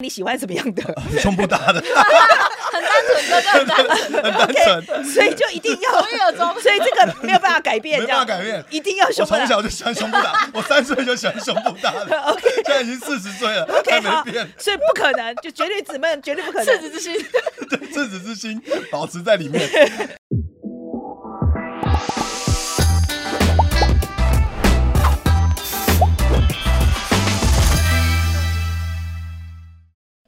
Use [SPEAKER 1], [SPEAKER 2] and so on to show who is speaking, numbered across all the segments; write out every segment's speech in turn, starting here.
[SPEAKER 1] 你喜欢什么样 的？
[SPEAKER 2] 胸部大的，
[SPEAKER 3] 很单纯，真的 很单纯，
[SPEAKER 2] 很单纯，
[SPEAKER 1] 所以就一定要，
[SPEAKER 3] 我有中
[SPEAKER 1] 所以这个没有办法改变，
[SPEAKER 2] 没
[SPEAKER 1] 这样
[SPEAKER 2] 办法改变。
[SPEAKER 1] 一定要
[SPEAKER 2] 我
[SPEAKER 1] 胸部
[SPEAKER 2] 从
[SPEAKER 1] 大。
[SPEAKER 2] 小就喜欢胸部大，我三岁就喜欢胸部大的
[SPEAKER 1] OK
[SPEAKER 2] 现在已经四十岁了
[SPEAKER 1] OK，
[SPEAKER 2] 还
[SPEAKER 1] 好
[SPEAKER 2] 没变，，
[SPEAKER 1] 所以不可能，就绝对姊妹绝对不可
[SPEAKER 3] 赤
[SPEAKER 1] 能。
[SPEAKER 3] 子之心。
[SPEAKER 2] 对赤子之心保持在里面。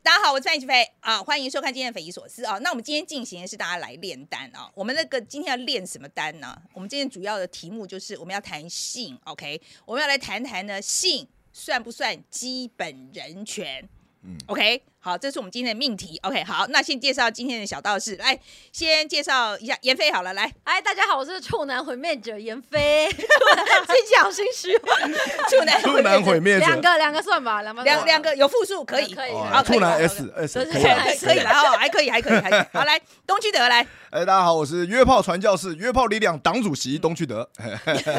[SPEAKER 1] 大家好，我是范琪飞啊，欢迎收看今天的匪夷所思啊。那我们今天进行的是大家来练单啊。我们那个今天要练什么单呢？我们今天主要的题目就是我们要谈性，OK？我们要来谈谈呢，性算不算基本人权？嗯
[SPEAKER 2] 嗯
[SPEAKER 1] ，OK，好，这是我们今天的命题。OK，好，那先介绍今天的小道士，来先介绍一下妍飞好了，来
[SPEAKER 3] 哎，大家好，我是臭男毁灭者 严飞，自己好心虚哦。
[SPEAKER 1] 处男
[SPEAKER 2] 处男毁灭者，
[SPEAKER 3] 两个两个算吧，两个
[SPEAKER 1] 两两个有复数可以，
[SPEAKER 3] 可以
[SPEAKER 2] 哦
[SPEAKER 1] 好可以
[SPEAKER 2] 处男
[SPEAKER 1] 好
[SPEAKER 2] S
[SPEAKER 3] 都
[SPEAKER 2] S
[SPEAKER 3] 是
[SPEAKER 2] 可以
[SPEAKER 3] 处
[SPEAKER 2] 啊。
[SPEAKER 3] 男
[SPEAKER 1] 可以可以了哦，还可以还可以还可以。好，来东居德来，
[SPEAKER 2] 哎，大家好，我是约炮传教士、约炮力量党主席东去德。嘿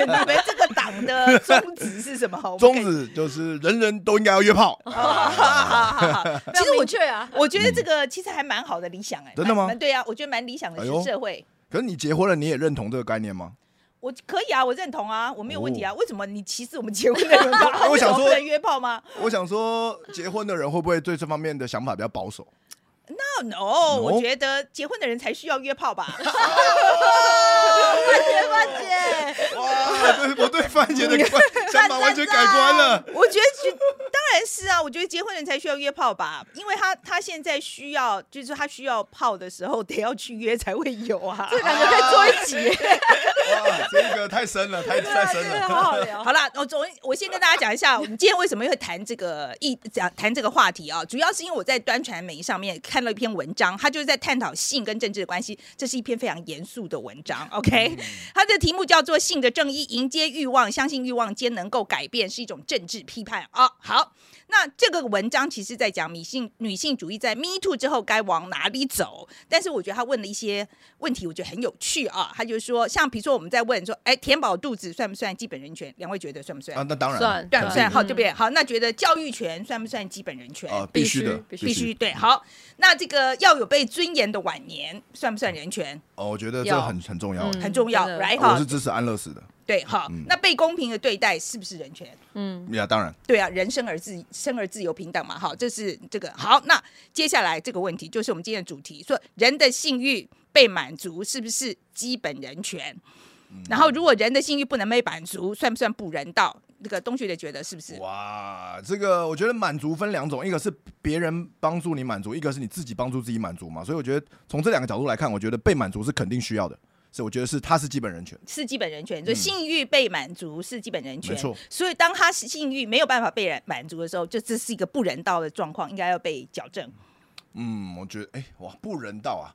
[SPEAKER 1] 你们这个党的宗旨是什么？我们可
[SPEAKER 2] 宗
[SPEAKER 1] 以
[SPEAKER 2] 旨就是人人都应该要约炮。
[SPEAKER 1] 好好好好，好，其
[SPEAKER 3] 其
[SPEAKER 1] 实我
[SPEAKER 3] 实我
[SPEAKER 1] 觉
[SPEAKER 3] 确啊，
[SPEAKER 1] 我觉得这个其实还蛮好的理想哎，
[SPEAKER 2] 真的吗
[SPEAKER 1] 蛮蛮对啊，我觉得蛮理想的
[SPEAKER 2] 哎
[SPEAKER 1] 是
[SPEAKER 2] 呦
[SPEAKER 1] 社会。
[SPEAKER 2] 可是你结婚了，你也认同这个概念吗？
[SPEAKER 1] 我可以啊，我认同啊，我没有问题啊。为什么你歧视我们结婚的人吗？
[SPEAKER 2] 我想
[SPEAKER 1] 为什么
[SPEAKER 2] 说
[SPEAKER 1] 不能约炮吗
[SPEAKER 2] 我想说，结婚的人会不会对这方面的想法比较保守？
[SPEAKER 1] ？No no，我觉得结婚的人才需要约炮吧。
[SPEAKER 3] 姐范姐，
[SPEAKER 2] 哇，对我对番茄的观想法完全改观了。
[SPEAKER 1] 我觉得就当然是啊，我觉得结婚人才需要约炮吧，因为他他现在需要，就是说他需要炮的时候得要去约才会有啊。
[SPEAKER 3] 这 个感觉可以做一集，
[SPEAKER 2] 哇，这个太深了，太太深
[SPEAKER 3] 真的
[SPEAKER 2] 了。
[SPEAKER 3] 好好聊。
[SPEAKER 1] 好啦，我总我先跟大家讲一下，我们今天为什么会谈这个议讲谈这个话题啊？主要是因为我在端传媒上面看到一篇文章，它就是在探讨性跟政治的关系，这是一篇非常严肃的文章。OK，、它
[SPEAKER 3] 嗯
[SPEAKER 1] 的题目叫做《性的正义：迎接欲望，相信欲望间能够改变》，是一种政治批判啊、好，那这个文章其实在讲女性女性主义在 Me Too 之后该往哪里走，但是我觉得他问了一些问题，我觉得很有趣啊。他就说，像比如说我们在问说，哎，填饱肚子算不算基本人权？两位觉得算不算？
[SPEAKER 2] 啊，那当然
[SPEAKER 3] 算
[SPEAKER 1] 算不算？
[SPEAKER 3] 对
[SPEAKER 1] 好，对不对？好，那觉得教育权算不算基本人权？
[SPEAKER 2] 啊，必须的，
[SPEAKER 3] 必须
[SPEAKER 1] 必须对。好，那这个要有被尊严的晚年算不算人权？
[SPEAKER 2] 哦，我觉得这个很很重要。啊
[SPEAKER 3] 嗯
[SPEAKER 1] 很重要
[SPEAKER 3] 真的
[SPEAKER 1] ，right？
[SPEAKER 2] 我
[SPEAKER 1] 好
[SPEAKER 2] 是，支持安乐死的，
[SPEAKER 1] 对，好。那被公平的对待是不是人权？
[SPEAKER 3] 嗯，
[SPEAKER 2] 呀，当然，
[SPEAKER 1] 对啊，人生而自生而自由平等嘛，好，这是这个好。那接下来这个问题就是我们今天的主题，说人的性欲被满足是不是基本人权？然后如果人的性欲不能被满足，算不算不人道？那个东学的觉得是不是？
[SPEAKER 2] 哇，这个我觉得满足分两种，一个是别人帮助你满足，一个是你自己帮助自己满足嘛。所以我觉得从这两个角度来看，我觉得被满足是肯定需要的，所以我觉得是它是基本人权。
[SPEAKER 1] 是基本人权，所以性欲被满足是基本人权。
[SPEAKER 2] 没错
[SPEAKER 1] 所以当他性欲没有办法被人满足的时候，就这是一个不人道的状况，应该要被矫正。
[SPEAKER 2] 嗯，我觉得，哎、哇，不人道啊，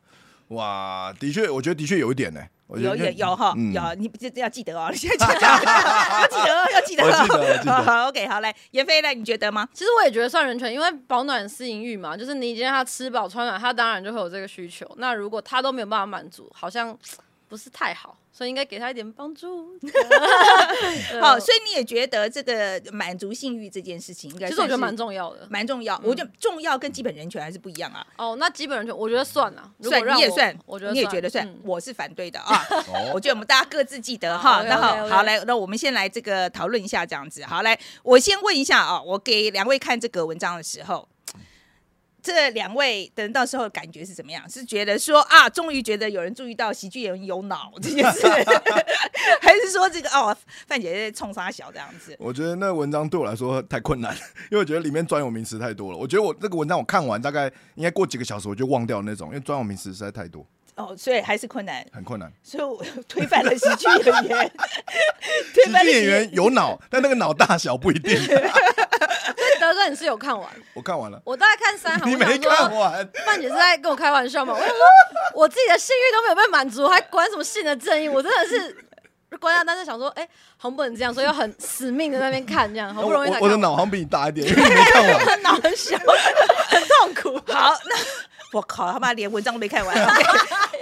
[SPEAKER 2] 哇，的确，我觉得的确有一点呢、我觉
[SPEAKER 1] 有
[SPEAKER 2] 得
[SPEAKER 1] 有有哈，
[SPEAKER 2] 嗯
[SPEAKER 1] 有你这要记得哦，你 现在记得，要记 得哦，要记得哦。
[SPEAKER 2] 我记得我记得
[SPEAKER 1] 好 好，OK，好来，妍飞呢？你觉得吗？
[SPEAKER 3] 其实我也觉得算人权，因为保暖思淫欲嘛，就是你已经让他吃饱穿暖，他当然就会有这个需求。那如果他都没有办法满足，好像不是太好，所以应该给他一点帮助。 呃
[SPEAKER 1] 好，所以你也觉得这个满足性欲这件事情，应该
[SPEAKER 3] 其实我觉得嗯
[SPEAKER 1] 算
[SPEAKER 3] 蛮
[SPEAKER 1] 是
[SPEAKER 3] 重要的。
[SPEAKER 1] 蛮重要。我觉得重要跟基本人权还是不一样啊。
[SPEAKER 3] 哦，那基本人权我觉得算了，如果
[SPEAKER 1] 算
[SPEAKER 3] 让
[SPEAKER 1] 你也
[SPEAKER 3] 我
[SPEAKER 1] 算，
[SPEAKER 3] 我觉得
[SPEAKER 1] 你也觉得算
[SPEAKER 3] 嗯，
[SPEAKER 1] 我是反对的啊。我
[SPEAKER 2] 哦，
[SPEAKER 1] 觉得我们大家各自记得
[SPEAKER 3] 好
[SPEAKER 1] 哈。那好，
[SPEAKER 3] OK，OK
[SPEAKER 1] 好来，那我们先来这个讨论一下，这样子。好，来，我先问一下啊，我给两位看这个文章的时候，这两位等到时候感觉是怎么样？是觉得说啊，终于觉得有人注意到喜剧演员有脑这件事，还是说这个哦，范姐在冲杀小这样子？
[SPEAKER 2] 我觉得那文章对我来说太困难，因为我觉得里面专有名词太多了。我觉得我这个文章我看完大概应该过几个小时我就忘掉那种，因为专有名词实在太多，
[SPEAKER 1] 哦，所以还是困难，
[SPEAKER 2] 很困难。
[SPEAKER 1] 所以我推翻了喜剧演员，推
[SPEAKER 2] 喜
[SPEAKER 1] 翻
[SPEAKER 2] 剧
[SPEAKER 1] 了
[SPEAKER 2] 演员有脑，但那个脑大小不一定。
[SPEAKER 3] 德哥，你是有看完？
[SPEAKER 2] 我看 完了，
[SPEAKER 3] 我大概看三行，
[SPEAKER 2] 你
[SPEAKER 3] 我想
[SPEAKER 2] 没看
[SPEAKER 3] 说，
[SPEAKER 2] 完。
[SPEAKER 3] 范姐是在跟我开玩笑吗？我想说，我自己的性欲都没有被满足，还管什么性的正义？我真的是关下灯就想说，哎、好像不能这样，所以要很死命的在那边看，这样好不容易
[SPEAKER 2] 我
[SPEAKER 3] 才看
[SPEAKER 2] 我的
[SPEAKER 3] 完，
[SPEAKER 2] 脑好像比你大一点，因 为你没看 完。
[SPEAKER 3] 脑很小，很痛苦。
[SPEAKER 1] 好，那我靠，他妈连文章都没看完。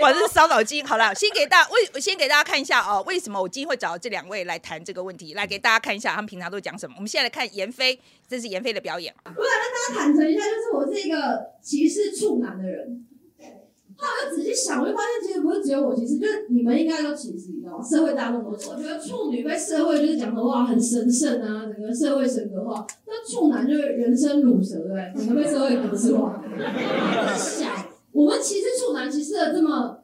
[SPEAKER 1] 哇，这是伤脑筋。好了，先给大为我先给大家看一下哦，为什么我今天会找这两位来谈这个问题，来给大家看一下他们平常都讲什么。我们现在来看妍飞，这是妍飞的表演。
[SPEAKER 4] 大家坦诚一下，就是我是一个歧视处男的人。后来我就仔细想，我就发现其实不是只有我歧视，就是你们应该都歧视，你知道吗？社会大众都是。我觉得处女被社会就是讲的话很神圣啊，整个社会神格化。那处男就是人生乳蛇，对不对？整个被社会格式化。我在想，我们歧视处男歧视的这么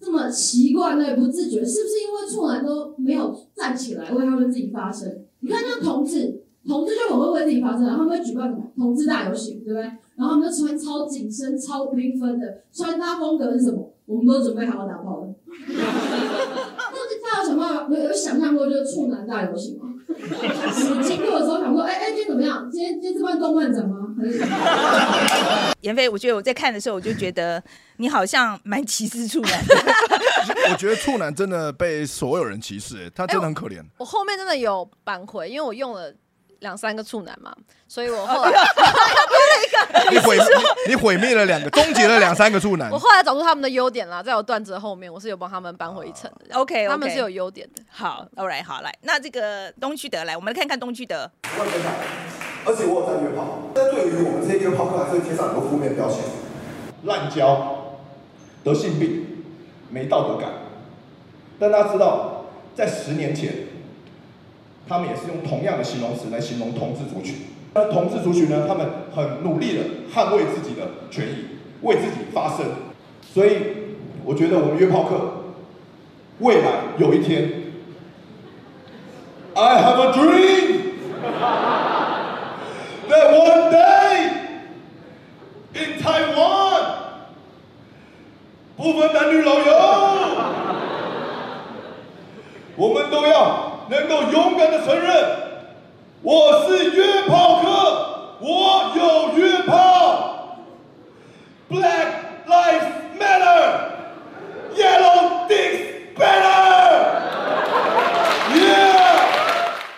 [SPEAKER 4] 这么奇怪，对，不自觉，是不是因为处男都没有站起来为他们自己发声？你看像同志，同志就很会为自己发声，啊他们会举办什么同志大游行，对不对？然后他们就穿超紧身、超缤纷的，穿搭风格是什么？我们都准备好好打炮了。那就大家有想办法，有有想象过就是处男大游行吗？你经过的时候想说，哎、哎，今天怎么样？今天今天这班动漫展吗？还是
[SPEAKER 1] 妍飞，我觉得我在看的时候，我就觉得你好像蛮 歧视处男的。
[SPEAKER 2] 我觉得处男真的被所有人歧视、欸，他真的很可怜。
[SPEAKER 3] 我后面真的有扳回，因为我用了两三个处男嘛，所以我 后
[SPEAKER 2] 哎
[SPEAKER 3] 来
[SPEAKER 2] 你毁你你毁灭了两个，终结了两三个处男
[SPEAKER 3] 我。后来找出他们的优点啦，在我段子的后面，我是有帮他们扳回一层的这样。
[SPEAKER 2] 哦
[SPEAKER 1] OK，
[SPEAKER 3] 他们是有优点的。
[SPEAKER 1] 好，All right，好来，那这个东区德来，我们来看看东区德。
[SPEAKER 5] 万分享，而且我有在约炮，但对于我们这一个炮客还是会贴上很多负面标签，滥交、得性病、没道德感。但大家知道，在十年前，他们也是用同样的形容词来形容同志族群。那同志族群呢，他们很努力的捍卫自己的权益，为自己发声。所以，我觉得我们约炮客，未来有一天，I have a dream。that one day in Taiwan，不分男女老幼，我们都要能够勇敢的承认，我是约炮客，我有约炮。Black lives matter, yellow dicks better. Yeah.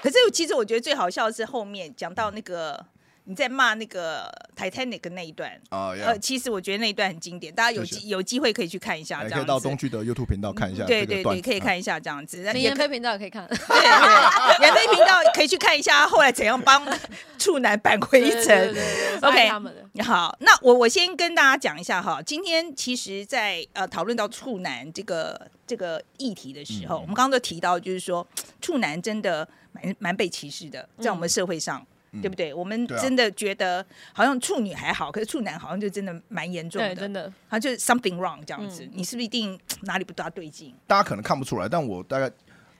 [SPEAKER 1] 可是其实我觉得最好笑的是后面讲到那个你在骂那个 Titanic 那一段。
[SPEAKER 2] 啊，
[SPEAKER 1] 呃，其实我觉得那一段很经典，大家有
[SPEAKER 2] 谢谢
[SPEAKER 1] 机有机会可以去看一下，
[SPEAKER 2] 也
[SPEAKER 1] 这
[SPEAKER 2] 可以
[SPEAKER 1] 样
[SPEAKER 2] 到
[SPEAKER 1] 子
[SPEAKER 2] 东。区的 YouTube 频道看一下
[SPEAKER 1] 对
[SPEAKER 2] 这
[SPEAKER 1] 对
[SPEAKER 2] 个段
[SPEAKER 1] 对，
[SPEAKER 2] 子。
[SPEAKER 1] 可以
[SPEAKER 2] 啊
[SPEAKER 1] 看一下这样子，那
[SPEAKER 3] 你
[SPEAKER 1] 也
[SPEAKER 3] 妍
[SPEAKER 1] 可以
[SPEAKER 3] 飞频道也可以看，
[SPEAKER 1] 对对，免费频道可以去看一下他后来怎样帮 处男扳回一
[SPEAKER 3] 对对对
[SPEAKER 1] 城。
[SPEAKER 3] 对对
[SPEAKER 1] OK
[SPEAKER 3] 爱他们的
[SPEAKER 1] 好，那我我先跟大家讲一下哈，今天其实在，呃讨论到处男这个这个议题的时候，
[SPEAKER 2] 嗯
[SPEAKER 1] 我们刚刚都提到，就是说处男真的蛮蛮被歧视的，在我
[SPEAKER 3] 嗯
[SPEAKER 1] 们社会上。对不对？我们
[SPEAKER 2] 对啊
[SPEAKER 1] 真的觉得好像处女还好，可是处男好像就真的蛮严重的，
[SPEAKER 3] 对，真的。
[SPEAKER 1] 好像就是 something wrong 这样子。你是不是一定哪里不大对劲？
[SPEAKER 2] 大家可能看不出来，但我大概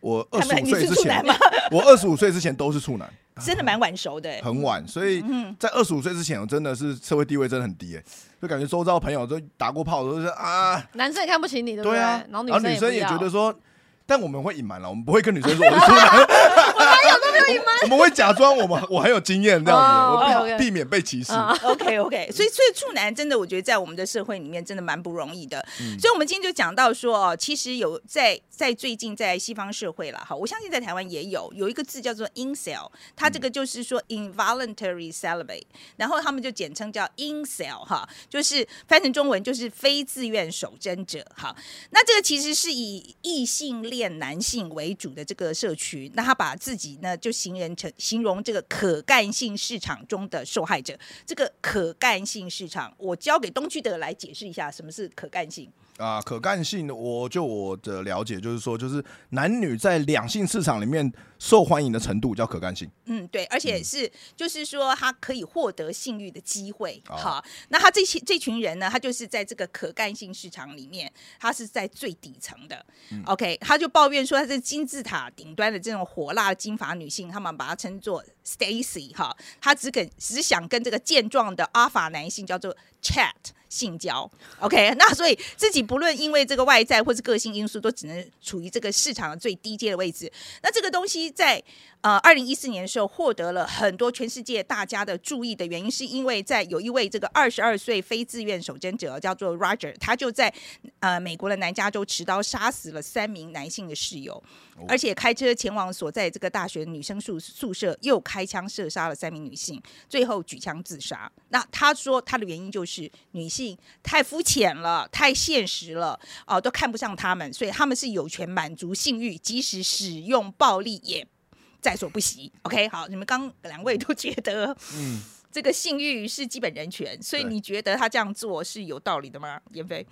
[SPEAKER 2] 我二
[SPEAKER 1] 他
[SPEAKER 2] 十
[SPEAKER 1] 们
[SPEAKER 2] 五
[SPEAKER 1] 你
[SPEAKER 2] 岁
[SPEAKER 1] 是
[SPEAKER 2] 之
[SPEAKER 1] 处
[SPEAKER 2] 前
[SPEAKER 1] 男吗，
[SPEAKER 2] 我二十五岁之前都是处 男，
[SPEAKER 1] 真的蛮晚熟 的、欸。
[SPEAKER 2] 很晚，所以
[SPEAKER 3] 嗯
[SPEAKER 2] 在二十五岁之前，我真的是社会地位真的很低、欸，就感觉周遭朋友都打过炮，都是啊，
[SPEAKER 3] 男生也看不起你，对不
[SPEAKER 2] 对啊
[SPEAKER 3] 然，后女
[SPEAKER 2] 然后女
[SPEAKER 3] 生
[SPEAKER 2] 生
[SPEAKER 3] 也
[SPEAKER 2] 也
[SPEAKER 3] 不
[SPEAKER 2] 觉得
[SPEAKER 3] 要
[SPEAKER 2] 说，但我们会隐瞒了，我们不会跟女生说我是处 男， 我我们会假装我们我很有经验这样
[SPEAKER 3] 哦
[SPEAKER 2] 子，我
[SPEAKER 3] OK，OK
[SPEAKER 2] 避避免被歧视。
[SPEAKER 3] 啊，
[SPEAKER 1] OK OK，所以所以处男真的，我觉得在我们的社会里面真的蛮不容易的。
[SPEAKER 2] 嗯
[SPEAKER 1] 所以我们今天就讲到说，哦，其实有在在最近在西方社会了，哈，我相信在台湾也有有一个字叫做 incel，它这个就是说
[SPEAKER 2] 嗯
[SPEAKER 1] involuntary celibate，然后他们就简称叫 incel 哈，就是翻成中文就是非自愿守贞者哈。那这个其实是以异性恋男性为主的这个社群，那他把自己呢就形容成形容这个可干性市场中的受害者。这个可干性市场，我交给东区的来解释一下什么是可干性。
[SPEAKER 2] 啊，可干性，我就我的了解就是说，就是男女在两性市场里面受欢迎的程度叫可干性。
[SPEAKER 1] 嗯，对，而且是、就是说他可以获得性欲的机会。
[SPEAKER 2] 哦
[SPEAKER 1] 好，那他这些这群人呢，他就是在这个可干性市场里面，他是在最底层的。OK，他就抱怨说，他这金字塔顶端的这种火辣金发女性，他们把她称作 Stacy 哈，她只跟只想跟这个健壮的阿法男性叫做 Chat。性交，OK，那所以自己不论因为这个外在或是个性因素，都只能处于这个市场的最低阶的位置。那这个东西在呃，二零一四年的时候获得了很多全世界大家的注意的原因，是因为在有一位这个二十二岁非自愿守贞者叫做 Roger，他就在呃美国的南加州持刀杀死了三名男性的室友，而且开车前往所在这个大学女生宿宿舍，又开枪射杀了三名女性，最后举枪自杀。那他说他的原因就是女性太肤浅了，太现实了，哦、都看不上他们，所以他们是有权满足性欲，即使使用暴力也在所不惜。OK，好，你们刚两位都觉得，嗯
[SPEAKER 2] 嗯。
[SPEAKER 1] 这个性欲是基本人权，所以
[SPEAKER 2] 对
[SPEAKER 1] 你觉得他这样做是有道理的吗？严飞，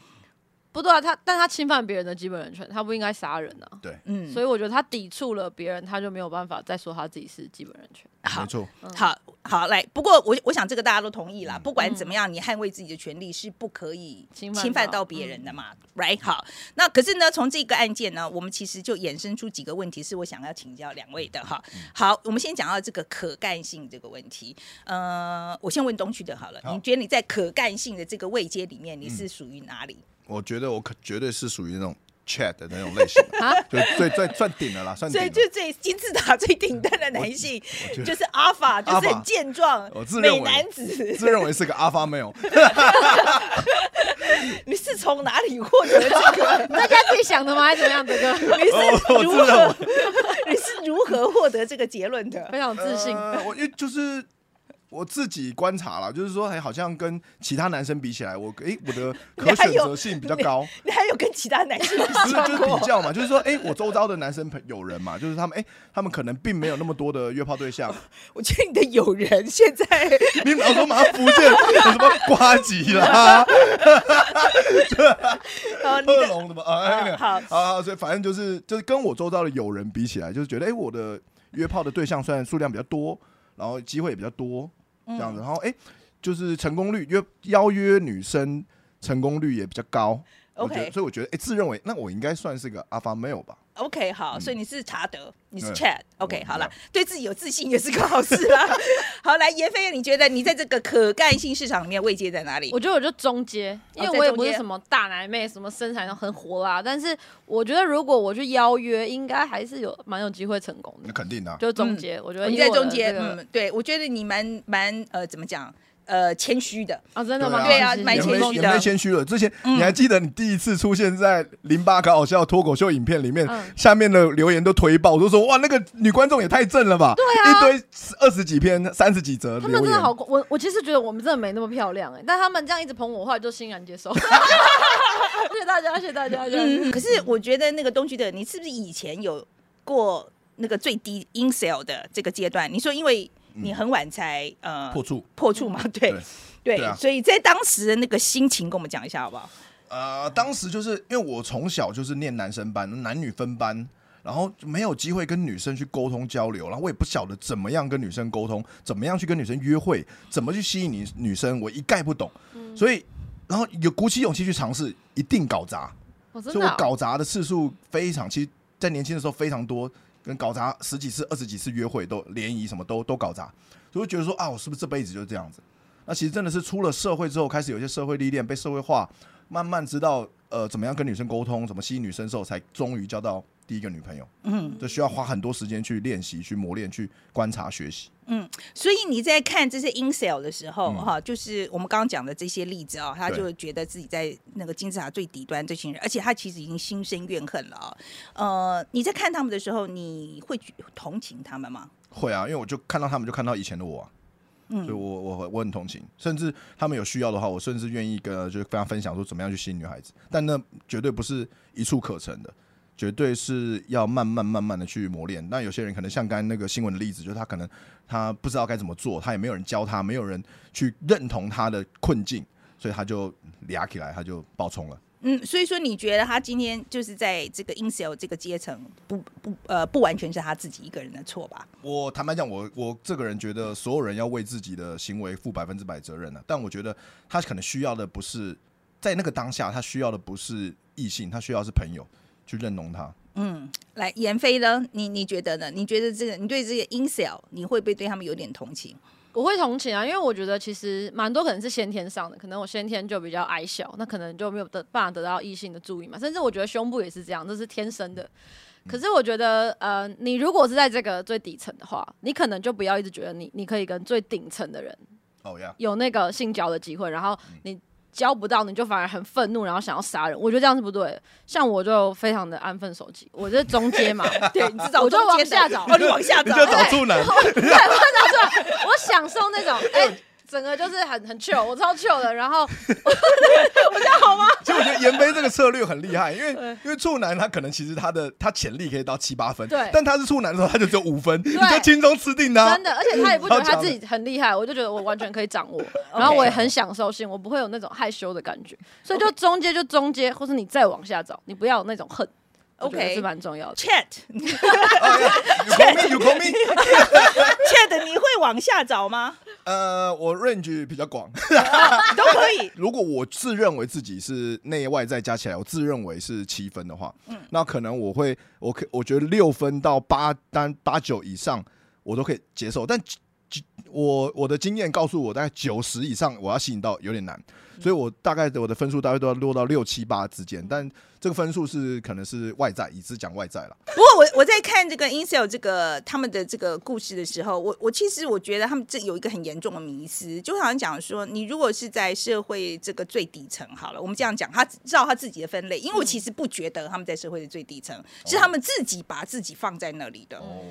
[SPEAKER 3] 不对啊，他但他侵犯别人的基本人权，他不应该杀人啊。
[SPEAKER 2] 对，
[SPEAKER 1] 嗯，
[SPEAKER 3] 所以我觉得他抵触了别人，他就没有办法再说他自己是基本人 权。
[SPEAKER 1] 好
[SPEAKER 2] 没，错，
[SPEAKER 1] 好好来，不过我我想这个大家都同意
[SPEAKER 2] 嗯
[SPEAKER 1] 啦。不管怎么样，你捍卫自己的权利是不可以
[SPEAKER 3] 侵犯
[SPEAKER 1] 侵犯
[SPEAKER 3] 到
[SPEAKER 1] 到别人的
[SPEAKER 2] 嗯
[SPEAKER 1] 嘛，right？好，那可是呢，从这个案件呢，我们其实就衍生出几个问题，是我想要请教两位的哈。
[SPEAKER 2] 嗯
[SPEAKER 1] 好，我们先讲到这个可干性这个问题。呃，我先问东区的好了，
[SPEAKER 2] 好嗯
[SPEAKER 1] 你觉得你在可干性的这个位阶里面，你是属于哪里？
[SPEAKER 2] 我觉得我可绝对是属于那种 chat 的那种类型的，
[SPEAKER 3] 啊
[SPEAKER 2] 就最最算顶了啦，算
[SPEAKER 1] 所
[SPEAKER 2] 顶
[SPEAKER 1] 以
[SPEAKER 2] 了。
[SPEAKER 1] 就最 金字塔最顶端
[SPEAKER 2] 嗯
[SPEAKER 1] 的男性，就是阿法，就
[SPEAKER 2] 阿
[SPEAKER 1] 是
[SPEAKER 2] 法
[SPEAKER 1] 很健壮
[SPEAKER 2] 我自认
[SPEAKER 1] 美
[SPEAKER 2] 为
[SPEAKER 1] 男子。
[SPEAKER 2] 自认为是个 alpha male，
[SPEAKER 1] 你是从哪里获得这个？
[SPEAKER 3] 大家自己想的吗？还是怎么样？这个
[SPEAKER 1] 你是
[SPEAKER 2] 哦我
[SPEAKER 1] 如
[SPEAKER 2] 知道
[SPEAKER 1] 何？你是如何获得这个结论的？
[SPEAKER 3] 非常自信。
[SPEAKER 2] 呃我因为就是我自己观察啦，就是说，哎，好像跟其他男生比起来，我诶，我的可选择性比较高。
[SPEAKER 1] 你还有跟其他男性比
[SPEAKER 2] 不是
[SPEAKER 1] 较
[SPEAKER 2] 就是
[SPEAKER 1] 过
[SPEAKER 2] 比？较嘛，就是说，哎、我周遭的男生朋友人嘛，就是他们，哎、他们可能并没有那么多的约炮对象。
[SPEAKER 1] 我觉得你的友人现在
[SPEAKER 2] 你老说马上浮现有什么瓜吉啦、
[SPEAKER 1] 呃， 你
[SPEAKER 2] 恶
[SPEAKER 1] 的
[SPEAKER 2] 龙的嘛，啊，哎
[SPEAKER 1] 好
[SPEAKER 2] 啊，所以反正就是就是跟我周遭的友人比起来，就是觉得，哎、我的约炮的对象虽然数量比较多，然后机会也比较多，这
[SPEAKER 1] 嗯
[SPEAKER 2] 样子，然后哎、就是成功率约邀约女生成功率也比较高。我觉
[SPEAKER 1] OK
[SPEAKER 2] 得所以我觉得，哎、自认为那我应该算是个 alpha male 吧。
[SPEAKER 1] OK 好，所以你是查德，你是
[SPEAKER 2] 对
[SPEAKER 1] Chad。OK
[SPEAKER 2] 嗯我
[SPEAKER 1] 好了，对自己有自信也是个好事啦。 好，来，严飞，你觉得你在这个可干性市场里面位阶在哪里
[SPEAKER 3] 我？觉得我就中阶，因
[SPEAKER 1] 哦在
[SPEAKER 3] 为我也
[SPEAKER 1] 中
[SPEAKER 3] 不是
[SPEAKER 1] 间
[SPEAKER 3] 什么大奶妹，什么身材都很火辣，但是我觉得如果我去邀约，应该还是有蛮有机会成功
[SPEAKER 2] 那
[SPEAKER 3] 的。
[SPEAKER 2] 肯定的、啊，
[SPEAKER 3] 就中阶，我觉得
[SPEAKER 1] 嗯哦你
[SPEAKER 3] 以
[SPEAKER 1] 在
[SPEAKER 3] 我的
[SPEAKER 1] 中间，
[SPEAKER 3] 这个
[SPEAKER 1] 嗯，对，我觉得你蛮蛮呃，怎么讲？呃，谦虚的，
[SPEAKER 3] 啊，真的吗？
[SPEAKER 2] 对
[SPEAKER 1] 啊
[SPEAKER 3] 是
[SPEAKER 1] 蛮
[SPEAKER 2] 也
[SPEAKER 1] 谦
[SPEAKER 2] 没
[SPEAKER 1] 虚的
[SPEAKER 2] 也没谦虚了。之前你还记得你第一次出现在零八搞搞笑脱口秀影片里面
[SPEAKER 3] 嗯，
[SPEAKER 2] 下面的留言都推爆，我都说哇，那个女观众也太正了吧！对啊一堆二十几篇、三十几则
[SPEAKER 3] 他们
[SPEAKER 2] 留
[SPEAKER 3] 真的
[SPEAKER 2] 言
[SPEAKER 3] 好，，我我其实觉得我们真的没那么漂亮哎、但他们这样一直捧我，我后来就欣然接受。 谢谢大家，谢谢大家，谢谢大家。
[SPEAKER 1] 嗯，可是我觉得那个东区的，你是不是以前有过那个最低 in sale 的这个阶段？你说因为你很晚才、呃
[SPEAKER 2] 破处
[SPEAKER 1] 破处嘛，对
[SPEAKER 2] 嗯
[SPEAKER 1] 对
[SPEAKER 2] 对对啊
[SPEAKER 1] 所以在当时的那个心情，跟我们讲一下好不好？
[SPEAKER 2] 呃，当时就是因为我从小就是念男生班，男女分班，然后没有机会跟女生去沟通交流，然后我也不晓得怎么样跟女生沟通，怎么样去跟女生约会，怎么去吸引女女生，我一概不懂。所以，然后有鼓起勇气去尝试，一定搞砸。
[SPEAKER 3] 我真
[SPEAKER 2] 所
[SPEAKER 3] 的
[SPEAKER 2] 以
[SPEAKER 3] 啊、
[SPEAKER 2] 我搞砸的次数非常，其实在年轻的时候非常多，跟搞砸十几次、二十几次约会都联谊什么都都搞砸，所以我觉得说啊，我是不是这辈子就是这样子？那其实真的是出了社会之后，开始有一些社会历练，被社会化，慢慢知道呃怎么样跟女生沟通，怎么吸引女生之后，才终于交到第一个女朋友。嗯，这需要花很多时间去练习、去磨练、去观察、学习。
[SPEAKER 1] 所以你在看这些 in sale 的时候，哈、就是我们刚刚讲的这些例子哦，他
[SPEAKER 2] 对
[SPEAKER 1] 就觉得自己在那个金字塔最底端这群人，而且他其实已经心生怨恨了哦。呃，你在看他们的时候，你会去同情他们吗？
[SPEAKER 2] 会啊，因为我就看到他们，就看到以前的我、啊，所以我我我很同情，甚至他们有需要的话，我甚至愿意跟就是跟他分享说怎么样去吸引女孩子，但那绝对不是一蹴可成的，绝对是要慢慢慢慢的去磨练。那有些人可能像刚才那个新闻的例子，就是他可能他不知道该怎么做，他也没有人教他，没有人去认同他的困境，所以他就俩起来，他就爆冲了。
[SPEAKER 1] 嗯，所以说你觉得他今天就是在这个 insel 这个阶层，不不呃不完全是他自己一个人的错吧？
[SPEAKER 2] 我坦白讲，我我这个人觉得所有人要为自己的行为负百分之百责任的、啊但我觉得他可能需要的不是在那个当下，他需要的不是异性，他需要的是朋友去认同他。
[SPEAKER 1] 嗯来，严飞呢？你你觉得呢？你觉得这个你对这个 insel 你会不会对他们有点同 情？
[SPEAKER 3] 我会同情啊，因为我觉得其实蛮多可能是先天上的，可能我先天就比较矮小，那可能就没有得办法得到异性的注意嘛。甚至我觉得胸部也是这样，这是天生的。
[SPEAKER 2] 嗯
[SPEAKER 3] 可是我觉得，呃，你如果是在这个最底层的话，你可能就不要一直觉得你你可以跟最顶层的人
[SPEAKER 2] 哦呀，
[SPEAKER 3] 有那个性交的机会，然后
[SPEAKER 1] 嗯
[SPEAKER 3] 你交不到，你就反而很愤怒，然后想要杀人。我觉得这样是不对的。像我就非常的安分守己，我这中 间嘛，
[SPEAKER 1] 对，你至少
[SPEAKER 3] 我就
[SPEAKER 1] 中间
[SPEAKER 3] 往
[SPEAKER 1] 的
[SPEAKER 3] 下找
[SPEAKER 1] 哦，你往下
[SPEAKER 2] 你
[SPEAKER 1] 找
[SPEAKER 2] 就，找处 男，
[SPEAKER 3] 对，我拿出来，我享受 那种哎。整个就是很很 chill，我超 chill 的，然后
[SPEAKER 2] 其实我觉得严飞这个策略很厉害，因为因为处男他可能其实他的他潜力可以到七八分，
[SPEAKER 3] 对
[SPEAKER 2] 但他是处男的时候他就只有五分，你就轻松吃定他
[SPEAKER 3] 真。
[SPEAKER 1] 啊
[SPEAKER 3] 的，而且他也不觉得
[SPEAKER 2] 超强
[SPEAKER 3] 他自己很厉害，我就觉得我完全可以掌握， 然后我也很享受性，我不会有那种害羞的感觉，所以就中间就中间，或是你再往下找，你不要有那种恨我觉得
[SPEAKER 1] OK
[SPEAKER 3] 是蛮重要的。
[SPEAKER 1] Chat
[SPEAKER 2] 哎呀 You call me, you call me。
[SPEAKER 1] Chat，你会往下找 吗？
[SPEAKER 2] 呃，我 range 比较广。
[SPEAKER 1] 都可以。
[SPEAKER 2] 如果我自认为自己是内外再加起来，我自认为是七分的话，那可能我会，我可我觉得六分到八单八九以上，我都可以接受。但几几我我的经验告诉我，大概九十以上我要吸引到有点难，所以我大概我的分数大概都要落到六七八之间。但这个分数是可能是外在，以只讲外在了。
[SPEAKER 1] 不过我我在看这个 Insel 这个他们的这个故事的时候，我我其实我觉得他们这有一个很严重的迷思，就好像讲说，你如果是在社会这个最底层好了，我们这样讲，他照他自己的分类，因为我其实不觉得他们在社会的最底层，是他们自己把自己放在那里的。
[SPEAKER 2] 哦，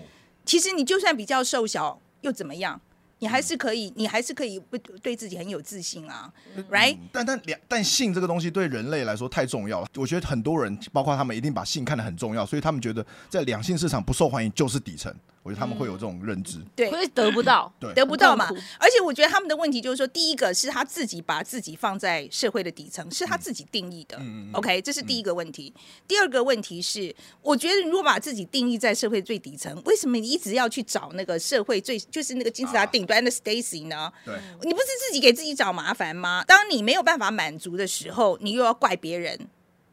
[SPEAKER 1] 其实你就算比较瘦小又怎么样？你还是可以，你还是可以不对自己很有自信啊，right？
[SPEAKER 2] 嗯但但两但性这个东西对人类来说太重要了，我觉得很多人包括他们一定把性看得很重要，所以他们觉得在两性市场不受欢迎就是底层，我觉得他们会有这种认知。
[SPEAKER 1] 对，
[SPEAKER 3] 所以得不到，
[SPEAKER 2] 对，
[SPEAKER 1] 得不到嘛
[SPEAKER 3] 很痛苦。
[SPEAKER 1] 而且我觉得他们的问题就是说，第一个是他自己把自己放在社会的底层，是他自己定义的。
[SPEAKER 2] 嗯嗯嗯嗯
[SPEAKER 1] OK，这是第一个问题。第二个问题是，我觉得如果把自己定义在社会最底层，为什么你一直要去找那个社会最就是那个金字塔
[SPEAKER 2] 啊
[SPEAKER 1] 顶端的 Stacy 呢？
[SPEAKER 2] 对，
[SPEAKER 1] 你不是自己给自己找麻烦吗？当你没有办法满足的时候，你又要怪别人。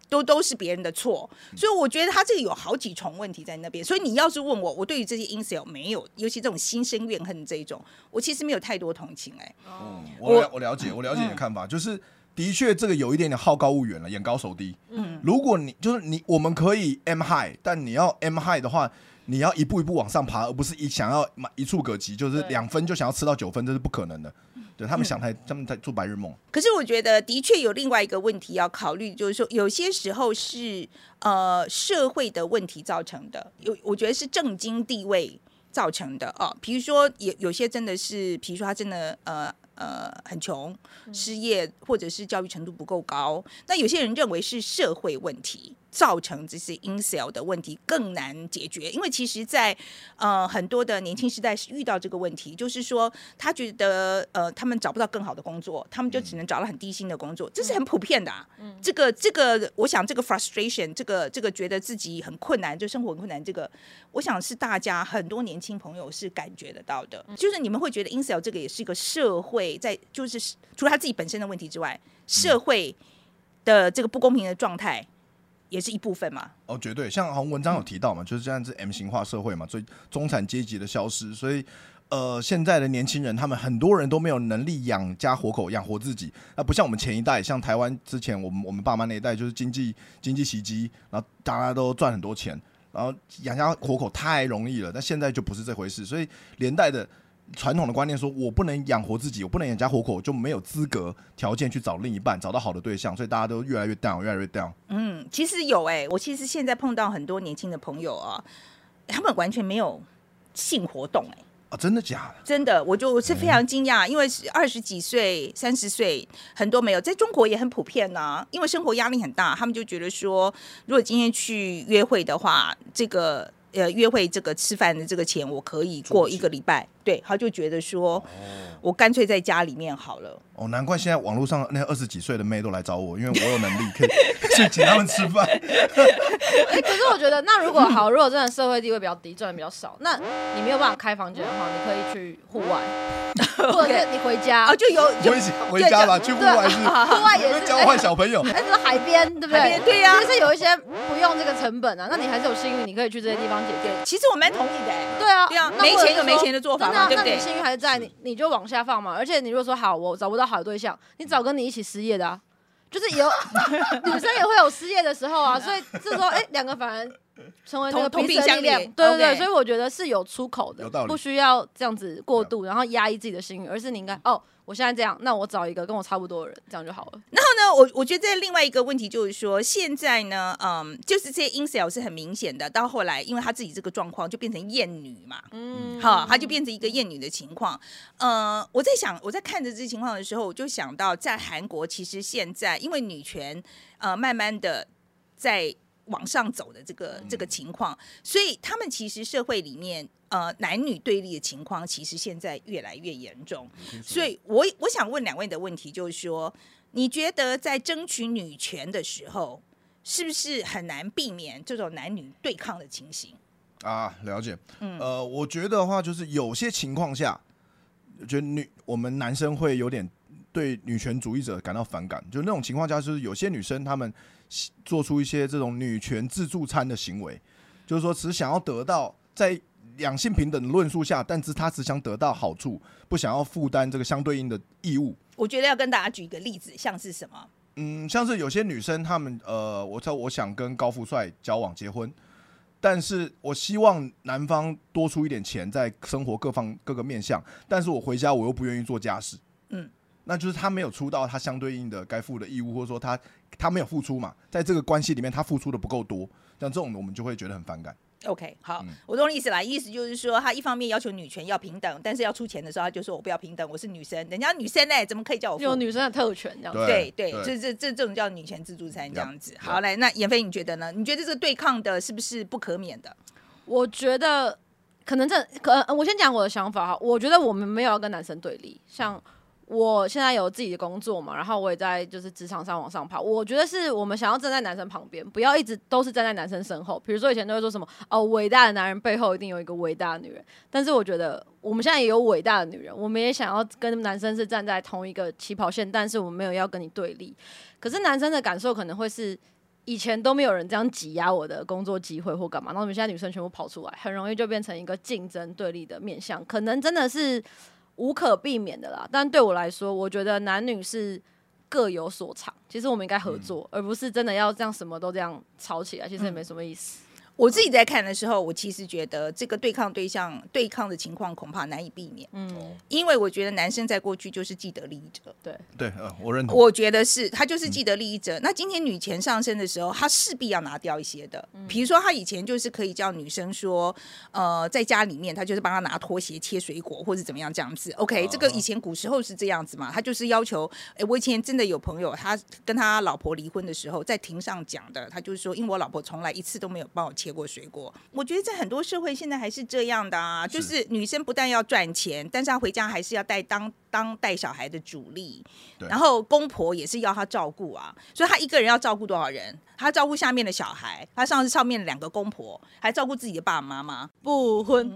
[SPEAKER 1] 都都是别人的错，所以我觉得他这个有好几重问题在那边。所以你要是问我，我对于这些 insel 没有，尤其这种心生怨恨这一种，我其实没有太多同情哎、
[SPEAKER 2] 嗯，我嗯了我了解，我了解你的看法，就是的确这个有一点点好高骛远了，眼高手低。嗯，如果你就是你，我们可以 M high，但你要 M high 的话。你要一步一步往上爬，而不是一想要一触可及，就是两分就想要吃到九分，这是不可能的。对他们想太，他们在做白日梦。
[SPEAKER 1] 可是我觉得的确有另外一个问题要考虑，就是说有些时候是呃社会的问题造成的，有我觉得是政经地位造成的哦。比如说有有些真的是，比如说他真的呃。呃，很穷、失业，或者是教育程度不够高。那有些人认为是社会问题造成这些 incel 的问题更难解决，因为其实在，呃很多的年轻时代是遇到这个问题，就是说他觉得呃他们找不到更好的工作，他们就只能找到很低薪的工作，这是很普遍的、啊。这个这个，我想这个 frustration，这个这个觉得自己很困难，就生活很困难，这个我想是大家很多年轻朋友是感觉得到的，就是你们会觉得 incel 这个也是一个社会在，就是除了他自己本身的问题之外，社会的这个不公平的状态也是一部分嘛。
[SPEAKER 2] 哦，绝对，像好像文章有提到嘛，就是这样子 M 型化社会嘛，所以中产阶级的消失，所以呃，现在的年轻人他们很多人都没有能力养家活口，养活自己。那不像我们前一代，像台湾之前我们我们爸妈那一代，就是经济经济袭击，然后大家都赚很多钱，然后养家活口太容易了。但现在就不是这回事，所以连带的。传统的观念说，我不能养活自己，我不能养家活口，我就没有资格条件去找另一半，找到好的对象，所以大家都越来越 down，越来越 down。
[SPEAKER 1] 嗯，其实有哎、我其实现在碰到很多年轻的朋友啊，他们完全没有性活动哎、
[SPEAKER 2] 啊，真的假的？
[SPEAKER 1] 真的，我就我是非常惊讶，因为是二十几岁、三十岁，很多没有，在中国也很普遍呐、因为生活压力很大，他们就觉得说，如果今天去约会的话，这个呃约会这个吃饭的这个钱，我可以过一个礼拜。对，他就觉得说，我干脆在家里面好了。
[SPEAKER 2] 哦，难怪现在网络上那二十几岁的妹都来找我，因为我有能力可以 去请他们吃 饭。
[SPEAKER 3] 哎， 可是我觉得，那如果好， 如果真的社会地位比较低，赚的比较少，那你没有办法开房间的话，你可以去户 外，或者是你回家
[SPEAKER 1] 啊，，就有有
[SPEAKER 2] 我一起回家吧，去户外是，
[SPEAKER 3] 啊户外也
[SPEAKER 2] 不
[SPEAKER 3] 是
[SPEAKER 2] 教坏小朋友。
[SPEAKER 3] 哎，比如说海边，对不
[SPEAKER 1] 海
[SPEAKER 3] 对
[SPEAKER 1] 边？对啊呀
[SPEAKER 3] 其实是有一些不用这个成本啊，那你还是有幸运，你可以去这些地方解决。
[SPEAKER 1] 其实我蛮同意的、欸。
[SPEAKER 3] 对啊，
[SPEAKER 1] 对啊
[SPEAKER 3] 那
[SPEAKER 1] 没
[SPEAKER 3] 或者
[SPEAKER 1] 钱有
[SPEAKER 3] 是
[SPEAKER 1] 没
[SPEAKER 3] 说
[SPEAKER 1] 钱的做法
[SPEAKER 3] 真
[SPEAKER 1] 嘛
[SPEAKER 3] 啊
[SPEAKER 1] 对不
[SPEAKER 3] 那你
[SPEAKER 1] 对
[SPEAKER 3] 幸运还是在你，你就往下放嘛。而且你如果说好，我找不到好的对象，你找跟你一起失业的啊，就是有 女生也会有失业的时候啊，所以这时候哎，两、个反而成为那个
[SPEAKER 1] 同同
[SPEAKER 3] 彼
[SPEAKER 1] 病
[SPEAKER 3] 此的
[SPEAKER 1] 相
[SPEAKER 3] 力量，
[SPEAKER 1] 怜
[SPEAKER 3] 对对对
[SPEAKER 1] OK
[SPEAKER 3] 所以我觉得是有出口的
[SPEAKER 2] 有道，理
[SPEAKER 3] 不需要这样子过度，然后压抑自己的心欲，而是你应该哦，我现在这样，那我找一个跟我差不多的人，这样就好了。
[SPEAKER 1] 然后呢，我我觉得另外一个问题就是说，现在呢，嗯，就是这些 incel 是很明显的，到后来因为他自己这个状况就变成厌女嘛，
[SPEAKER 3] 嗯，
[SPEAKER 1] 好，他就变成一个厌女的情况。呃，我在想，我在看着这情况的时候，我就想到，在韩国其实现在因为女权，呃，慢慢的在往上走的这个这个
[SPEAKER 3] 嗯
[SPEAKER 1] 情况，所以他们其实社会里面，呃，男女对立的情况，其实现在越来越严重。
[SPEAKER 3] 嗯
[SPEAKER 1] 所以我我想问两位的问题就是说，你觉得在争取女权的时候，是不是很难避免这种男女对抗的情形？
[SPEAKER 2] 啊，了解。呃，我觉得的话，就是有些情况下，觉得女我们男生会有点对女权主义者感到反感，就那种情况下，就是有些女生她们喜做出一些这种女权自助餐的行为，就是说只想要得到在两性平等的论述下，但是她只想得到好处，不想要负担这个相对应的义务。
[SPEAKER 1] 我觉得要跟大家举一个例子，像是什么？
[SPEAKER 2] 嗯，像是有些女生，她们呃，我操，我想跟高富帅交往结婚，但是我希望男方多出一点钱，在生活各方各个面向，但是我回家我又不愿意做家事，
[SPEAKER 1] 嗯，
[SPEAKER 2] 那就是他没有出到他相对应的该负的义务，或者说他他没有付出嘛，在这个关系里面他付出的不够多，像这种我们就会觉得很反感。
[SPEAKER 1] OK，好，
[SPEAKER 2] 嗯
[SPEAKER 1] 我懂你意思啦。意思就是说，他一方面要求女权要平等，但是要出钱的时候，他就说我不要平等，我是女生，人家女生呢，怎么可以叫我
[SPEAKER 3] 有
[SPEAKER 1] 付？
[SPEAKER 3] 女生的特权这样子。
[SPEAKER 1] 对对，
[SPEAKER 2] 对
[SPEAKER 1] 这这这这种叫女权自助餐这样子。
[SPEAKER 2] Yup，
[SPEAKER 1] 好，来，那妍飞你觉得呢？你觉得这个对抗的是不是不可免
[SPEAKER 2] 嗯
[SPEAKER 1] 的？
[SPEAKER 3] 我觉得可能这可、呃我先讲我的想法哈。我觉得我们没有要跟男生对立，像我现在有自己的工作嘛，然后我也在就是职场上往上爬。我觉得是我们想要站在男生旁边，不要一直都是站在男生身后。比如说以前都会说什么哦，伟大的男人背后一定有一个伟大的女人，但是我觉得我们现在也有伟大的女人，我们也想要跟男生是站在同一个起跑线，但是我们没有要跟你对立。可是男生的感受可能会是。以前都没有人这样挤压我的工作机会或干嘛，然后我们现在女生全部跑出来，很容易就变成一个竞争对立的面向，可能真的是无可避免的啦。但对我来说，我觉得男女是各有所长，其实我们应该合作，
[SPEAKER 1] 嗯
[SPEAKER 3] 而不是真的要这样什么都这样吵起来，其实也没什么意思。
[SPEAKER 1] 我自己在看的时候，我其实觉得这个对抗对象对抗的情况恐怕难以避免，
[SPEAKER 2] 哦
[SPEAKER 3] 嗯，
[SPEAKER 1] 因为我觉得男生在过去就是既得利益者。
[SPEAKER 3] 对，
[SPEAKER 2] 对，呃，我认同。
[SPEAKER 1] 我觉得是，他就是既得利益者。那今天女权上升的时候，他势必要拿掉一些的，比如说他以前就是可以叫女生说，呃，在家里面他就是帮她拿拖鞋、切水果或者怎么样这样子。OK，、这个以前古时候是这样子嘛，他就是要求，哎，我以前真的有朋友，他跟他老婆离婚的时候，在庭上讲的，他就是说，因为我老婆从来一次都没有帮我切过水果。我觉得在很多社会现在还是这样的啊，就是是女生不但要赚钱，但是她回家还是要带当当带小孩的主力。
[SPEAKER 2] 对
[SPEAKER 1] 然后公婆也是要她照顾啊，所以她一个人要照顾多少人？她照顾下面的小孩，她上上面两个公婆，还照顾自己的爸爸妈妈。
[SPEAKER 3] 不婚，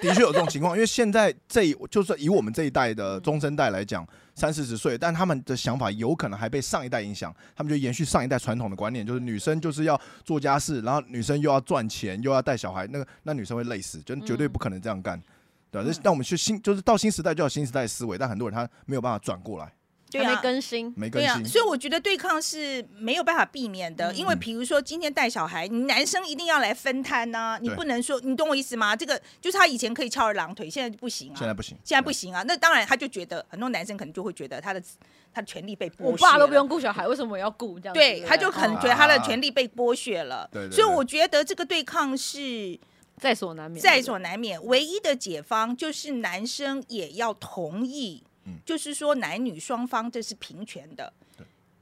[SPEAKER 2] 的确有这种情况，因为现在这一就是以我们这一代
[SPEAKER 1] 嗯
[SPEAKER 2] 的中生代来讲，三四十岁，但他们的想法有可能还被上一代影响，他们就延续上一代传统的观念，就是女生就是要做家事，然后女生又要赚钱，又要带小孩，那个那女生会累死，就绝对不可能这样干。对啊，
[SPEAKER 1] 嗯
[SPEAKER 2] 这但我们去新，就是到新时代就有新时代的思维，但很多人他没有办法转过来，
[SPEAKER 1] 对
[SPEAKER 3] 还
[SPEAKER 1] 啊
[SPEAKER 3] 没，更新，嗯
[SPEAKER 2] 没更
[SPEAKER 1] 对啊，
[SPEAKER 2] 新。
[SPEAKER 1] 所以我觉得对抗是没有办法避免的，因为比如说今天带小孩，你男生一定要来分摊呐、你
[SPEAKER 2] 对
[SPEAKER 1] 不能说，你懂我意思吗？这个就是他以前可以翘二郎腿，现在就不行啊，
[SPEAKER 2] 现在不行
[SPEAKER 1] 现在不行啊。那当然，他就觉得很多男生可能就会觉得他的他的权利被剥削了，
[SPEAKER 3] 我爸都不用顾小孩，为什么我要顾这样子？
[SPEAKER 1] 对，他就很
[SPEAKER 3] 哦
[SPEAKER 1] 觉得他的权利被剥削了。
[SPEAKER 2] 对对对
[SPEAKER 1] 所以我觉得这个对抗是
[SPEAKER 3] 在所难免，
[SPEAKER 1] 在所难免，唯一的解方就是男生也要同意，就是说男女双方这是平权的。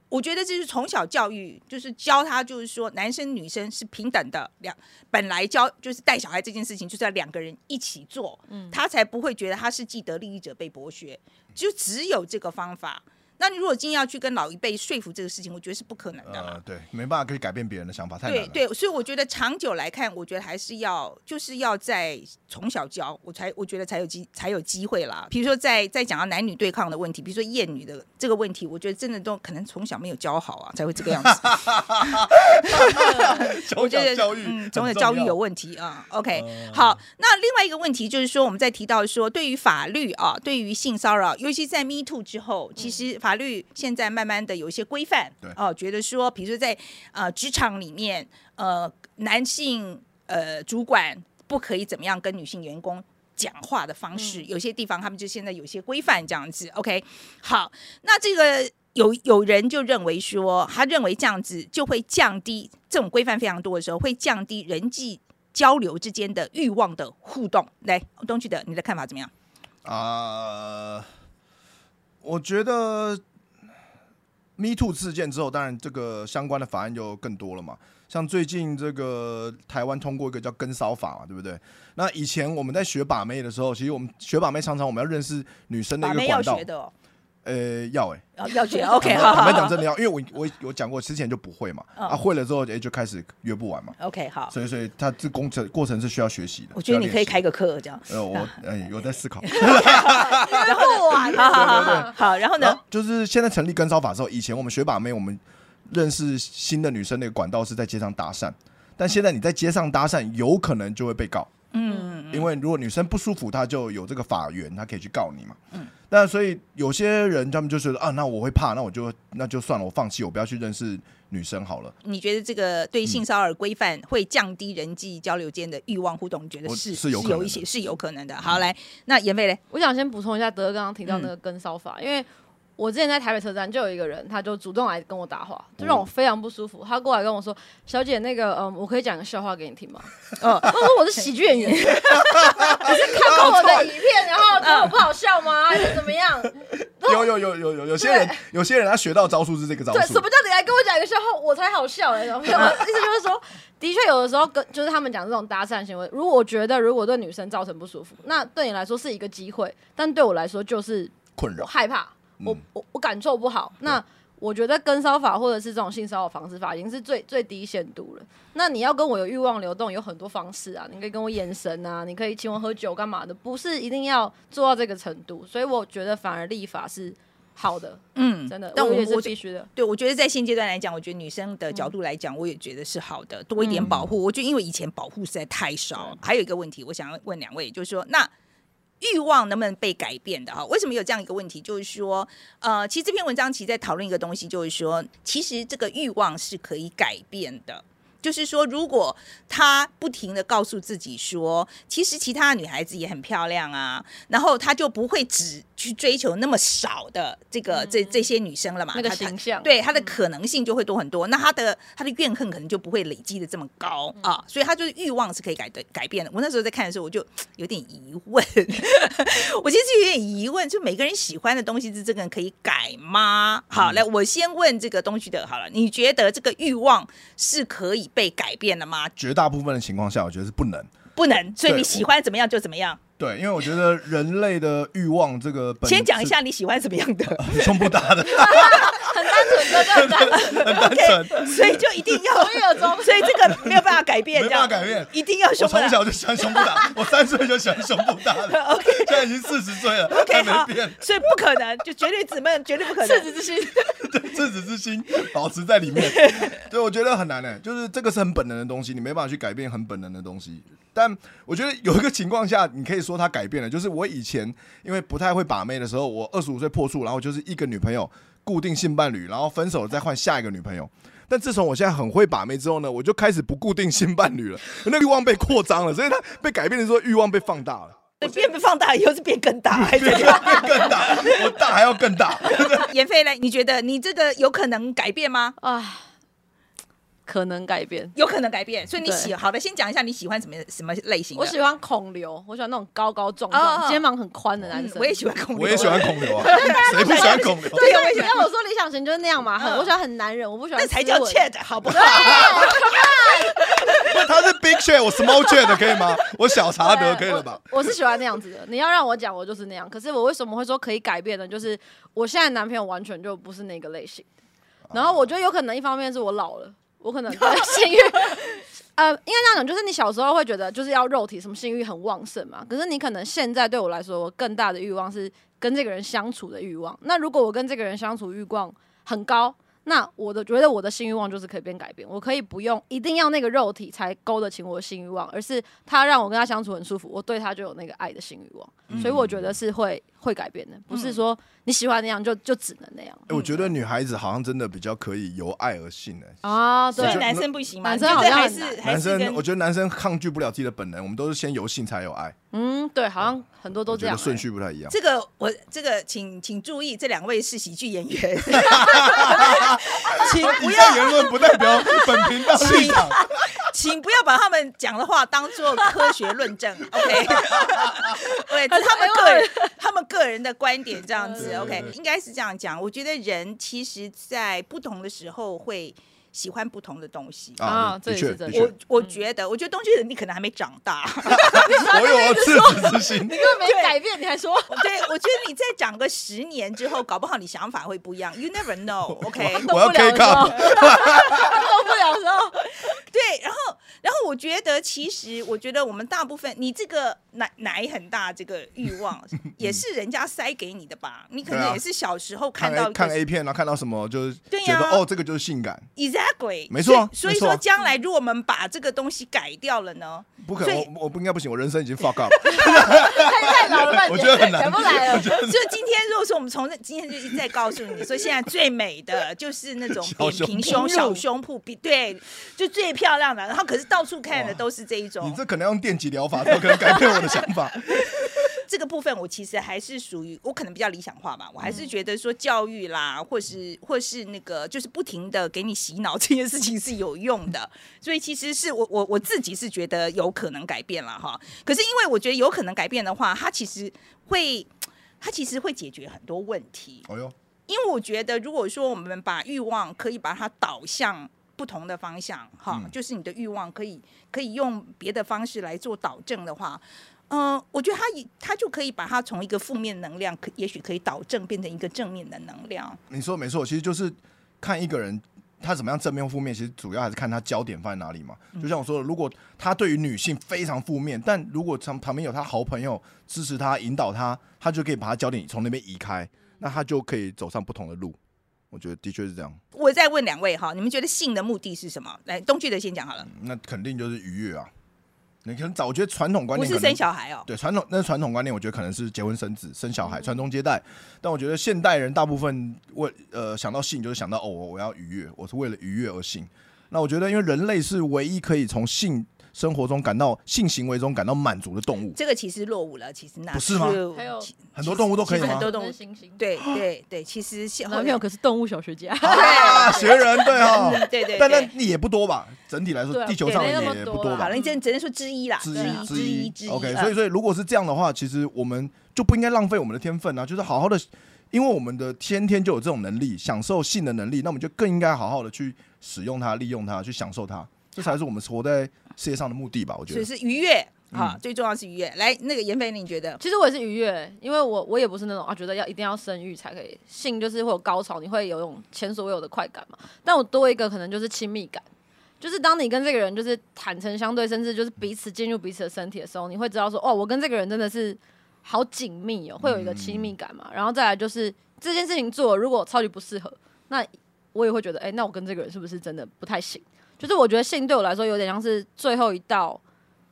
[SPEAKER 1] 我觉得这是从小教育，就是教他，就是说男生女生是平等的。两本来教就是带小孩这件事情，就是要两个人一起做，他才不会觉得他是既得利益者被剥削。就只有这个方法。那你如果今天要去跟老一辈说服这个事情，我觉得是不可能的啦。
[SPEAKER 2] 呃，对，没办法可以改变别人的想法，太难
[SPEAKER 1] 对
[SPEAKER 2] 了。
[SPEAKER 1] 对，所以我觉得长久来看，我觉得还是要就是要在从小教，我才我觉得才有机才有机会啦。比如说在在讲到男女对抗的问题，比如说厌女的这个问题，我觉得真的都可能从小没有教好啊，才会这个样子。我
[SPEAKER 2] 从
[SPEAKER 1] 觉
[SPEAKER 2] 小
[SPEAKER 1] 得
[SPEAKER 2] 教育
[SPEAKER 1] 嗯
[SPEAKER 2] 很，
[SPEAKER 1] 总有
[SPEAKER 2] 重要，嗯
[SPEAKER 1] 教育有问题啊、OK，、好，那另外一个问题就是说，我们在提到说，对于法律啊，对于性骚扰，尤其在 Me Too 之后，其实法律现在慢慢的有一些规范
[SPEAKER 2] 嗯对，
[SPEAKER 1] 哦、觉得说，比如说在呃职场里面，呃男性呃主管不可以怎么样跟女性员工。讲话的方式，
[SPEAKER 2] 嗯
[SPEAKER 1] 有些地方他们就现在有些规范这样子。OK，好，那这个有有人就认为说，他认为这样子就会降低这种规范非常多的时候，会降低人际交流之间的欲望的互动。来，东区的你的看法怎么样？
[SPEAKER 2] 啊、我觉得 Me Too 事件之后，当然这个相关的法案就更多了嘛。像最近这个台湾通过一个叫跟骚法嘛，对不对？那以前我们在学把妹的时候，其实我们学把妹常常我们要认识女生的一
[SPEAKER 1] 把
[SPEAKER 2] 个
[SPEAKER 1] 妹要
[SPEAKER 2] 管道
[SPEAKER 1] 学，的哦，
[SPEAKER 2] 呃，要 哎、
[SPEAKER 1] 要要 学。OK，
[SPEAKER 2] 坦白
[SPEAKER 1] 好好
[SPEAKER 2] 坦白讲
[SPEAKER 1] 好
[SPEAKER 2] 真的要，因为我我我讲过之前就不会嘛，
[SPEAKER 1] 嗯
[SPEAKER 2] 啊会了之后哎、就开始约不完嘛，
[SPEAKER 1] ，OK，好。
[SPEAKER 2] 所以所以它这工程过程是需要学习的。
[SPEAKER 1] 我觉得你可以
[SPEAKER 2] 需要
[SPEAKER 1] 开个课这样。
[SPEAKER 2] 练习。呃，我哎有在思考。
[SPEAKER 3] 然后啊，
[SPEAKER 1] 好好好好好，然后
[SPEAKER 2] 然
[SPEAKER 1] 呢
[SPEAKER 2] 后？就是现在成立跟骚法之后，以前我们学把妹，我们认识新的女生那个管道是在街上搭讪，但现在你在街上搭讪，有可能就会被告，
[SPEAKER 1] 嗯，
[SPEAKER 2] 因为如果女生不舒服，她就有这个法源，她可以去告你嘛。
[SPEAKER 1] 嗯
[SPEAKER 2] 那所以有些人他们就觉得啊，那我会怕，那我就那就算了，我放弃，我不要去认识女生好了。
[SPEAKER 1] 你觉得这个对
[SPEAKER 2] 嗯
[SPEAKER 1] 性骚扰规范会降低人际交流间的欲望互动？你觉得
[SPEAKER 2] 我
[SPEAKER 1] 是
[SPEAKER 2] 是有可能
[SPEAKER 1] 有一
[SPEAKER 2] 的嗯
[SPEAKER 1] 些是有可能的。好，来，那严飞嘞？
[SPEAKER 3] 我想先补充一下德哥刚刚提到那个跟骚法，因为我之前在台北车站就有一个人，他就主动来跟我搭话，就让我非常不舒服。他过来跟我说：“小姐，那个嗯，我可以讲个笑话给你听吗？”嗯，我说我是喜剧演员，你是看过我的影片，然后觉得我不好笑吗？还是怎么样？
[SPEAKER 1] 哦
[SPEAKER 2] 有有有有有有些人有些人他学到招数是这个招
[SPEAKER 3] 对，什
[SPEAKER 2] 数
[SPEAKER 3] 么，叫你来跟我讲一个笑话，我才好笑嘞、欸？然后我的意思就是说，的确有的时候跟就是他们讲这种搭讪行为，如果我觉得如果对女生造成不舒服，那对你来说是一个机会，但对我来说就是
[SPEAKER 2] 困
[SPEAKER 3] 我
[SPEAKER 2] 扰。
[SPEAKER 3] 害怕，我
[SPEAKER 2] 嗯
[SPEAKER 3] 我我感受不好。那我觉得跟骚法或者是这种性骚扰防治法已经是最最低限度了。那你要跟我有欲望流动，有很多方式啊，你可以跟我眼神啊，你可以请我喝酒干嘛的，不是一定要做到这个程度。所以我觉得反而立法是好的，
[SPEAKER 1] 嗯
[SPEAKER 3] 真的，
[SPEAKER 1] 但
[SPEAKER 3] 我
[SPEAKER 1] 我
[SPEAKER 3] 也是
[SPEAKER 1] 我啊
[SPEAKER 3] 必须的。
[SPEAKER 1] 对，我觉得在现阶段来讲，我觉得女生的
[SPEAKER 3] 嗯
[SPEAKER 1] 角度来讲，我也觉得是好的，多一点保护。我觉得因为以前保护实在太少。还有一个问题，我想要问两位，就是说，那欲望能不能被改变的哈？为什么有这样一个问题？就是说，呃，其实这篇文章其实在讨论一个东西，就是说，其实这个欲望是可以改变的。就是说，如果他不停的告诉自己说，其实其他的女孩子也很漂亮啊，然后他就不会只去追求那么少的这个、这这些女生了嘛，
[SPEAKER 3] 嗯那个
[SPEAKER 1] 他他
[SPEAKER 3] 形象
[SPEAKER 1] 对啊他的可能性就会多很多，那他的他的怨恨可能就不会累积的这么高
[SPEAKER 3] 嗯
[SPEAKER 1] 啊，所以他就是欲望是可以改的改变的。我那时候在看的时候，我就有点疑问， 我其实有点疑问，就每个人喜欢的东西是这个人可以改吗？
[SPEAKER 3] 嗯
[SPEAKER 1] 好，来，我先问这个东旭德好了，你觉得这个欲望是可以被改变的吗？
[SPEAKER 2] 绝大部分的情况下，我觉得是不能。
[SPEAKER 1] 不能，所以你
[SPEAKER 2] 对我
[SPEAKER 1] 喜欢怎么样就怎么样。
[SPEAKER 2] 对，因为我觉得人类的欲望这个本
[SPEAKER 1] 先讲一
[SPEAKER 2] 是
[SPEAKER 1] 下你喜欢什么样的
[SPEAKER 2] 胸部大的，
[SPEAKER 3] 很单纯，哥哥很单 纯，
[SPEAKER 2] 很单纯，
[SPEAKER 1] ，OK，所以就一定要
[SPEAKER 3] 我，也有装
[SPEAKER 1] 所以这个没有办法改变，
[SPEAKER 2] 没
[SPEAKER 1] 这样
[SPEAKER 2] 办法改变
[SPEAKER 1] 一 定要
[SPEAKER 2] 我
[SPEAKER 1] 胸部
[SPEAKER 2] 从
[SPEAKER 1] 大
[SPEAKER 2] 小就喜欢胸部 大，我三岁就喜欢胸部大的
[SPEAKER 1] OK
[SPEAKER 2] 现在已经四十岁了
[SPEAKER 1] OK，
[SPEAKER 2] 还
[SPEAKER 1] 好
[SPEAKER 2] 没变，，
[SPEAKER 1] 所以不可能，就绝对姊妹绝对不可
[SPEAKER 3] 赤
[SPEAKER 1] 能。
[SPEAKER 3] 子之心。
[SPEAKER 2] 对赤子之心保持在里 面。对，我觉得很难诶、就是这个是很本能的东西，你没办法去改变很本能的东西。但我觉得有一个情况下，你可以说它改变了，就是我以前因为不太会把妹的时候，我二十五岁破处，然后就是一个女朋友固定性伴侣，然后分手了再换下一个女朋友。但自从我现在很会把妹之后呢，我就开始不固定性伴侣了，那个欲望被扩张了，所以它被改变的时候欲望被放大了。
[SPEAKER 1] 变不放大以后是变更 大，还是
[SPEAKER 2] 变更大，我大还要更大。
[SPEAKER 1] 严飞来？你觉得你这个有可能改变吗？
[SPEAKER 3] 啊，可能改变。
[SPEAKER 1] 有可能改变，所以你喜
[SPEAKER 3] 对
[SPEAKER 1] 好的，先讲一下你喜欢什么什么类型的。
[SPEAKER 3] 我喜欢孔刘，我喜欢那种高高壮
[SPEAKER 1] 哦哦
[SPEAKER 3] 壮、肩膀很宽的男
[SPEAKER 1] 嗯
[SPEAKER 3] 生。
[SPEAKER 1] 我也喜欢恐龙，
[SPEAKER 2] 我也喜欢孔刘啊，谁不喜欢孔刘？
[SPEAKER 1] 对，我也
[SPEAKER 3] 对，
[SPEAKER 1] 喜
[SPEAKER 3] 要
[SPEAKER 1] 欢，嗯
[SPEAKER 3] 我说理想型就是那样嘛，很我喜欢很男人，我不喜欢
[SPEAKER 1] 那才叫
[SPEAKER 3] 斯文
[SPEAKER 1] chat 好不好？
[SPEAKER 2] 因为他是 big share，我 small share 的可以吗？我小查德可以了吧？
[SPEAKER 3] 我？我是喜欢那样子的，你要让我讲，我就是那样。可是我为什么会说可以改变呢？就是我现在男朋友完全就不是那个类型的。然后我觉得有可能一方面是我老了，我可能 对性欲，呃，应该这样讲，就是你小时候会觉得就是要肉体什么性欲很旺盛嘛。可是你可能现在对我来说，我更大的欲望是跟这个人相处的欲望。那如果我跟这个人相处欲望很高。那我的觉得我的性欲望就是可以被改变，我可以不用一定要那个肉体才勾得起我的性
[SPEAKER 2] 嗯
[SPEAKER 3] 欲望，而是他让我跟他相处很舒服，我对他就有那个爱的性欲望，所以我觉得是会会改变的，不
[SPEAKER 1] 嗯
[SPEAKER 3] 是说你喜欢那样就就只能那样
[SPEAKER 1] 哦
[SPEAKER 2] 哎我觉得女孩子好像真的比较可以由爱而性哎、
[SPEAKER 3] 啊。
[SPEAKER 1] 所
[SPEAKER 3] 对
[SPEAKER 1] 以，男生不行嘛？
[SPEAKER 3] 男生
[SPEAKER 1] 你觉
[SPEAKER 3] 好
[SPEAKER 1] 得
[SPEAKER 3] 像
[SPEAKER 1] 还
[SPEAKER 3] 很
[SPEAKER 1] 是
[SPEAKER 3] 难
[SPEAKER 1] 还
[SPEAKER 2] 男
[SPEAKER 1] 是
[SPEAKER 2] 生，
[SPEAKER 1] 跟
[SPEAKER 2] 我觉得男生抗拒不了自己的本能，我们都是先由性才有爱，
[SPEAKER 3] 嗯，对，好像很多都
[SPEAKER 2] 我
[SPEAKER 3] 这
[SPEAKER 2] 觉得
[SPEAKER 3] 样、欸。
[SPEAKER 2] 顺序不太一样。
[SPEAKER 1] 这个我这个请请注意，这两位是喜剧演员，请
[SPEAKER 2] 以上言论不代表本频道立场。
[SPEAKER 1] 请不要把他们讲的话当做科学论证，OK？对，这是他们个人他们个人的观点这样子
[SPEAKER 2] 对
[SPEAKER 1] ，OK？
[SPEAKER 2] 对对
[SPEAKER 1] 应该是这样讲。我觉得人其实在不同的时候会喜欢不同的东西。
[SPEAKER 3] 啊
[SPEAKER 2] 对的
[SPEAKER 3] 这也
[SPEAKER 2] 确
[SPEAKER 3] 是
[SPEAKER 2] 的
[SPEAKER 3] 真
[SPEAKER 2] 确，
[SPEAKER 1] 我我觉得，我觉得东旭，你可能还没长大。
[SPEAKER 2] 我有赤子之心。
[SPEAKER 3] 你根本没改变，你还说
[SPEAKER 1] 对，我觉得你再长个十年之后，搞不好你想法会不一样。You never know，OK？、
[SPEAKER 2] 我要 K
[SPEAKER 3] 的时
[SPEAKER 2] cup，
[SPEAKER 3] 候，动不了的时候，
[SPEAKER 1] 对，然后，然后我觉得，其实我觉得我们大部分，你这个奶奶很大这个欲 望，也是人家塞给你的吧？你可
[SPEAKER 2] 对啊
[SPEAKER 1] 能也是小时候
[SPEAKER 2] 看
[SPEAKER 1] 看到
[SPEAKER 2] A
[SPEAKER 1] 一
[SPEAKER 2] 看
[SPEAKER 1] 个
[SPEAKER 2] A 片，然后看到什么就是
[SPEAKER 1] 对
[SPEAKER 2] 觉
[SPEAKER 1] 呀
[SPEAKER 2] 得哦，这个就是性感，
[SPEAKER 1] exactly，
[SPEAKER 2] 没错啊
[SPEAKER 1] 所以所以
[SPEAKER 2] 没错啊
[SPEAKER 1] 说，将来如果我们把这个东西改掉了 呢？
[SPEAKER 2] 不可
[SPEAKER 1] 所
[SPEAKER 2] 能，
[SPEAKER 1] 以
[SPEAKER 2] 我我不应该不行，我人生已经 fuck up，
[SPEAKER 3] 太太老了吧，
[SPEAKER 2] 我觉得很难
[SPEAKER 3] 想不来了。
[SPEAKER 1] 就今天，如果说我们从那今天就一再告诉你说，现在最美的就是那种
[SPEAKER 2] 小
[SPEAKER 1] 扁
[SPEAKER 2] 胸
[SPEAKER 1] 平
[SPEAKER 2] 部
[SPEAKER 1] 胸、小胸部，比对，就最漂亮的。然后可是到处看的
[SPEAKER 2] 哇
[SPEAKER 1] 都是这一种
[SPEAKER 2] 你。这可能要用电极疗法才有可能改变我的想法。
[SPEAKER 1] 这个部分我其实还是属于我可能比较理想化吧，我还是觉得说教育啦，或是或是那个就是不停的给你洗脑 这件事情是有用的，所以其实是我我我自己是觉得有可能改变了哈。可是因为我觉得有可能改变的话，它其实会。它其实会解决很多问题，
[SPEAKER 2] 哎呦，
[SPEAKER 1] 因为我觉得，如果说我们把欲望可以把它导向不同的方向，哈，
[SPEAKER 2] 嗯
[SPEAKER 1] 就是你的欲望可以可以用别的方式来做导正的话，嗯、我觉得它也它就可以把它从一个负面能量，可也许可以导正变成一个正面的能量。
[SPEAKER 2] 你说得没错，其实就是看一个人他怎么样正面或负面，其实主要还是看他焦点放在哪里嘛。
[SPEAKER 1] 嗯
[SPEAKER 2] 就像我说的，如果他对于女性非常负面，但如果旁旁边有他好朋友支持他、引导他，他就可以把他焦点从那边移开，那他就可以走上不同的路。我觉得的确是这样，
[SPEAKER 1] 我再问两位哈，你们觉得性的目的是什么？来，东旭的先讲好了，
[SPEAKER 2] 那肯定就是愉悦啊。你可能早，我觉得传统观
[SPEAKER 1] 不
[SPEAKER 2] 念
[SPEAKER 1] 是
[SPEAKER 2] 可能
[SPEAKER 1] 生小孩哦。
[SPEAKER 2] 对传统那是传统观念，我觉得可能是结婚生子、生小孩、传宗接代。但我觉得现代人大部分为呃想到性，就是想到哦，我我要愉悦，我是为了愉悦而性。那我觉得，因为人类是唯一可以从性生活中感到性行为中感到满足的动物，
[SPEAKER 1] 这个其实落伍了，其实那
[SPEAKER 2] 不是吗
[SPEAKER 3] 还有
[SPEAKER 1] 其
[SPEAKER 2] 很多动物都可以
[SPEAKER 1] 其实
[SPEAKER 2] 吗
[SPEAKER 1] 很？多动物，
[SPEAKER 3] 星星，
[SPEAKER 1] 对对对，其实
[SPEAKER 3] 我
[SPEAKER 1] 现
[SPEAKER 3] 男朋友可是动物小学家，
[SPEAKER 2] 啊，学人对哈，
[SPEAKER 1] 对 对
[SPEAKER 2] 但
[SPEAKER 1] 对
[SPEAKER 2] 但也不多吧，整体来
[SPEAKER 3] 对
[SPEAKER 2] 说，
[SPEAKER 3] 啊
[SPEAKER 2] 地球上
[SPEAKER 3] 对没那
[SPEAKER 2] 也不
[SPEAKER 3] 么多
[SPEAKER 2] 多
[SPEAKER 3] 啦
[SPEAKER 1] 好
[SPEAKER 2] 吧
[SPEAKER 1] 了，。你只能只能说之一啦，
[SPEAKER 2] 之
[SPEAKER 1] 对
[SPEAKER 2] 一
[SPEAKER 1] 啊
[SPEAKER 2] 之
[SPEAKER 1] 一
[SPEAKER 2] 一
[SPEAKER 1] 之一。
[SPEAKER 2] OK，
[SPEAKER 1] 嗯
[SPEAKER 2] 所以所以如果是这样的话，其实我们就不应该浪费我们的天分啊，就是好好的，因为我们的先天就有这种能力，享受性的能力，那我们就更应该好好的去使用它、利用它、去享受它，这才是我们活在世界上的目的吧？我觉
[SPEAKER 1] 所以
[SPEAKER 2] 得。嗯
[SPEAKER 1] 是愉悦啊，最重要是愉悦。来，那个严飞，你觉得？
[SPEAKER 3] 其实我也是愉悦，因为我我也不是那种啊，觉得要一定要生育才可以性，就是会有高潮，你会有一种前所未有的快感嘛。但我多一个可能就是亲密感，就是当你跟这个人就是坦诚相对，甚至就是彼此进入彼此的身体的时候，你会知道说，哦，我跟这个人真的是好紧密哦，会有一个亲密感嘛。然后再来就是这件事情做了，如果超级不适合，那我也会觉得，哎、那我跟这个人是不是真的不太行？就是我觉得性对我来说有点像是最后一道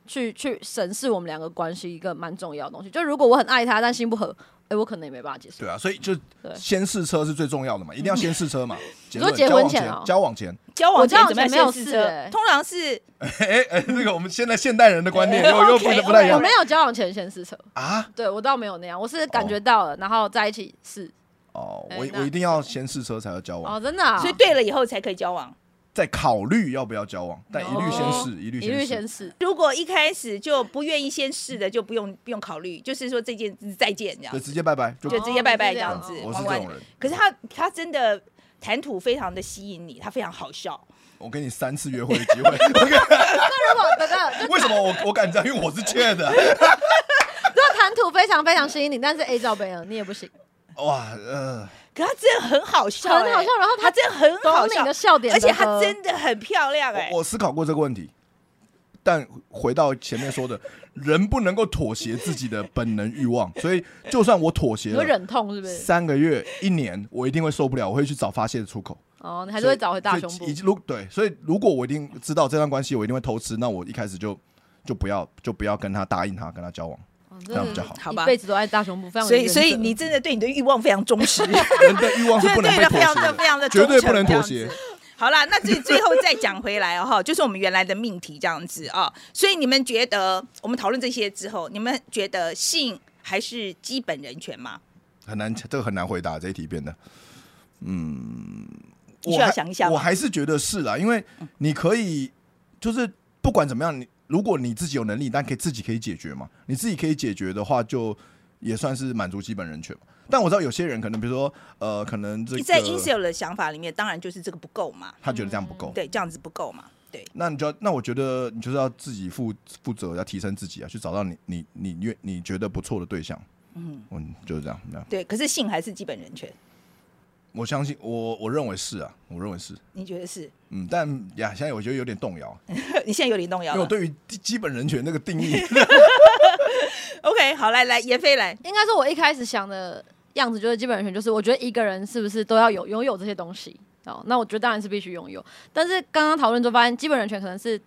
[SPEAKER 3] 去去审视我们两个关系一个蛮重要的东西。就如果我很爱他，但心不合，哎、我可能也没办法接受。
[SPEAKER 2] 对啊，所以就
[SPEAKER 3] 对
[SPEAKER 2] 先试车是最重要的嘛，一定要先试车 嘛。结
[SPEAKER 3] 说
[SPEAKER 2] 论
[SPEAKER 3] 结
[SPEAKER 2] 交
[SPEAKER 3] 婚
[SPEAKER 2] 往
[SPEAKER 3] 前
[SPEAKER 2] 前
[SPEAKER 3] 哦，
[SPEAKER 2] 交往前，
[SPEAKER 1] 交往前
[SPEAKER 3] 我交往
[SPEAKER 1] 怎么样
[SPEAKER 3] 前没有
[SPEAKER 1] 先试
[SPEAKER 3] 试
[SPEAKER 1] 车
[SPEAKER 3] 欸
[SPEAKER 1] 通常是
[SPEAKER 2] 哎哎，这个我们现在现代人的观念又 又不
[SPEAKER 1] OK，
[SPEAKER 2] 不太一
[SPEAKER 3] 我
[SPEAKER 2] 样
[SPEAKER 3] 没有交往前先试车，
[SPEAKER 2] 啊。
[SPEAKER 3] 对我倒没有那样，我是感觉到了，然后在一起试。
[SPEAKER 2] 哦，
[SPEAKER 3] 哎
[SPEAKER 2] 我
[SPEAKER 3] 那
[SPEAKER 2] 我一定要先试车才要交往，
[SPEAKER 3] 哦，真的、啊，
[SPEAKER 1] 所以对了以后才可以交往。
[SPEAKER 2] 再考虑要不要交往，啊但一律先
[SPEAKER 3] 哦
[SPEAKER 2] 试，一律
[SPEAKER 3] 一律
[SPEAKER 2] 先试。
[SPEAKER 3] 先试。
[SPEAKER 1] 如果一开始就不愿意先试的，就不用不用考虑，就是说这件再见这样
[SPEAKER 2] 对，，直接拜拜，就
[SPEAKER 1] 就直接拜拜这样
[SPEAKER 3] 哦
[SPEAKER 1] 子
[SPEAKER 3] 是。
[SPEAKER 2] 我
[SPEAKER 1] 玩
[SPEAKER 2] 是这
[SPEAKER 1] 完
[SPEAKER 2] 种人，
[SPEAKER 1] 可是他他真的谈吐非常的吸引你，他非常好笑。
[SPEAKER 2] 我给你三次约会的 机会，
[SPEAKER 3] 那如果等等，就
[SPEAKER 2] 为什么我我敢这样？因为我是缺 的。
[SPEAKER 3] 如果谈吐非常非常吸引你，但是 A 罩杯呢，你也不行，
[SPEAKER 2] 哇，呃，
[SPEAKER 1] 可他真的很好笑欸，
[SPEAKER 3] 很好笑然后他
[SPEAKER 1] 他真的很
[SPEAKER 3] 懂
[SPEAKER 1] 好
[SPEAKER 3] 你
[SPEAKER 1] 笑
[SPEAKER 3] 的，笑点，
[SPEAKER 1] 而且他真的很漂亮哎
[SPEAKER 2] 我。我思考过这个问题，但回到前面说的，人不能够妥协自己的本能欲 望，所以就算我妥协
[SPEAKER 3] 你会
[SPEAKER 2] 了
[SPEAKER 3] 忍痛是不是？
[SPEAKER 2] 三个月、一年，我一定会受不了，我会去找发泄的出口。
[SPEAKER 3] 哦，你还是会找回大胸部
[SPEAKER 2] 所以。以及如对，所以如果我一定知道这段关系，我一定会偷吃，那我一开始就就不要就不要跟他答应他跟他交往。
[SPEAKER 3] 嗯
[SPEAKER 2] 这样比较好
[SPEAKER 1] 好吧
[SPEAKER 3] 一辈子都爱大胸部，非常有
[SPEAKER 1] 所以
[SPEAKER 3] 原
[SPEAKER 1] 所以
[SPEAKER 3] 则
[SPEAKER 1] 你真的对你的欲望非常忠实，
[SPEAKER 2] 人的欲望是不能
[SPEAKER 1] 对
[SPEAKER 2] 被
[SPEAKER 1] 的，
[SPEAKER 2] 妥
[SPEAKER 1] 非常
[SPEAKER 2] 协
[SPEAKER 1] 的非常的
[SPEAKER 2] 绝
[SPEAKER 1] 忠
[SPEAKER 2] 对
[SPEAKER 1] 诚
[SPEAKER 2] 不能
[SPEAKER 1] 这样
[SPEAKER 2] 妥协
[SPEAKER 1] 子。好啦，那最最后再讲回来哦，哈，就是我们原来的命题这样子啊、所以你们觉得我们讨论这些之后，你们觉得性还是基本人权吗？
[SPEAKER 2] 很难，这个很难回答这一题变得，嗯，
[SPEAKER 1] 你
[SPEAKER 2] 我
[SPEAKER 1] 需要
[SPEAKER 2] 还
[SPEAKER 1] 想一下吗
[SPEAKER 2] 我还是觉得是啦，因为你可以就是不管怎么样，你如果你自己有能力，但可以自己可以解决嘛，你自己可以解决的话，就也算是满足基本人权嘛。但我知道有些人可能，比如说呃，可能这个
[SPEAKER 1] 在 i n s e l 的想法里面，当然就是这个不够嘛，
[SPEAKER 2] 他觉得这样不够，
[SPEAKER 1] 对，这样子不够嘛，对。
[SPEAKER 2] 那你就要，那我觉得你就是要自己负负责，要提升自己啊，去找到你你你愿你觉得不错的对象，嗯，我就是这样，这样
[SPEAKER 1] 对，可是性还是基本人权，
[SPEAKER 2] 我相信我我认为是啊，我认为是。
[SPEAKER 1] 你觉得是？
[SPEAKER 2] 嗯，但呀，现在我觉得有点动摇，因
[SPEAKER 1] 你现在有点动摇
[SPEAKER 2] 为我
[SPEAKER 1] 了。
[SPEAKER 2] 对于基基本人权那个定义，
[SPEAKER 1] OK，好，来来，严飞来，
[SPEAKER 3] 应该是我一开始想的样子，就是基本人权，就是我觉得一个人是不是都要有拥有这些东西哦？那我觉得当然是必须拥有，但是刚刚讨论就发现，基本人权可能是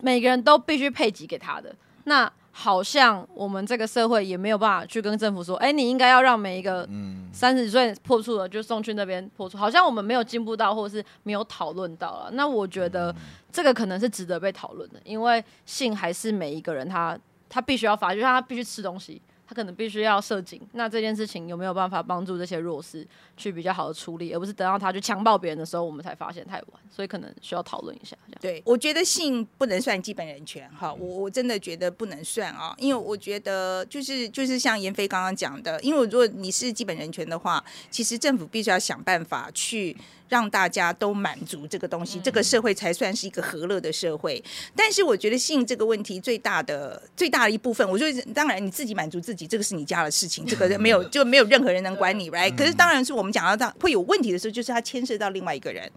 [SPEAKER 3] 每个人都必须配给给他的。那好像我们这个社会也没有办法去跟政府说，哎、你应该要让每一个
[SPEAKER 2] 嗯，
[SPEAKER 3] 三十岁破处了就送去那边破处，好像我们没有进步到，或者是没有讨论到了。那我觉得这个可能是值得被讨论的，因为性还是每一个人他他必须要发，就像他必须吃东西，他可能必须要射精。那这件事情有没有办法帮助这些弱势去比较好的处理，而不是等到他去强暴别人的时候，我们才发现太晚，所以可能需要讨论一下这样。嗯
[SPEAKER 1] 对，我觉得性不能算基本人权哈，我我真的觉得不能算啊，因为我觉得就是就是像严飞刚刚讲的，因为如果你是基本人权的话，其实政府必须要想办法去让大家都满足这个东西，
[SPEAKER 3] 嗯
[SPEAKER 1] 这个社会才算是一个和乐的社会。但是我觉得性这个问题最大的最大的一部分，我觉得当然你自己满足自己，这个是你家的事情，这个没 有就没有任何人能管你，right？可是
[SPEAKER 3] 嗯
[SPEAKER 1] 当然是我们讲到它会有问题的时候，就是它牵涉到另外一个人。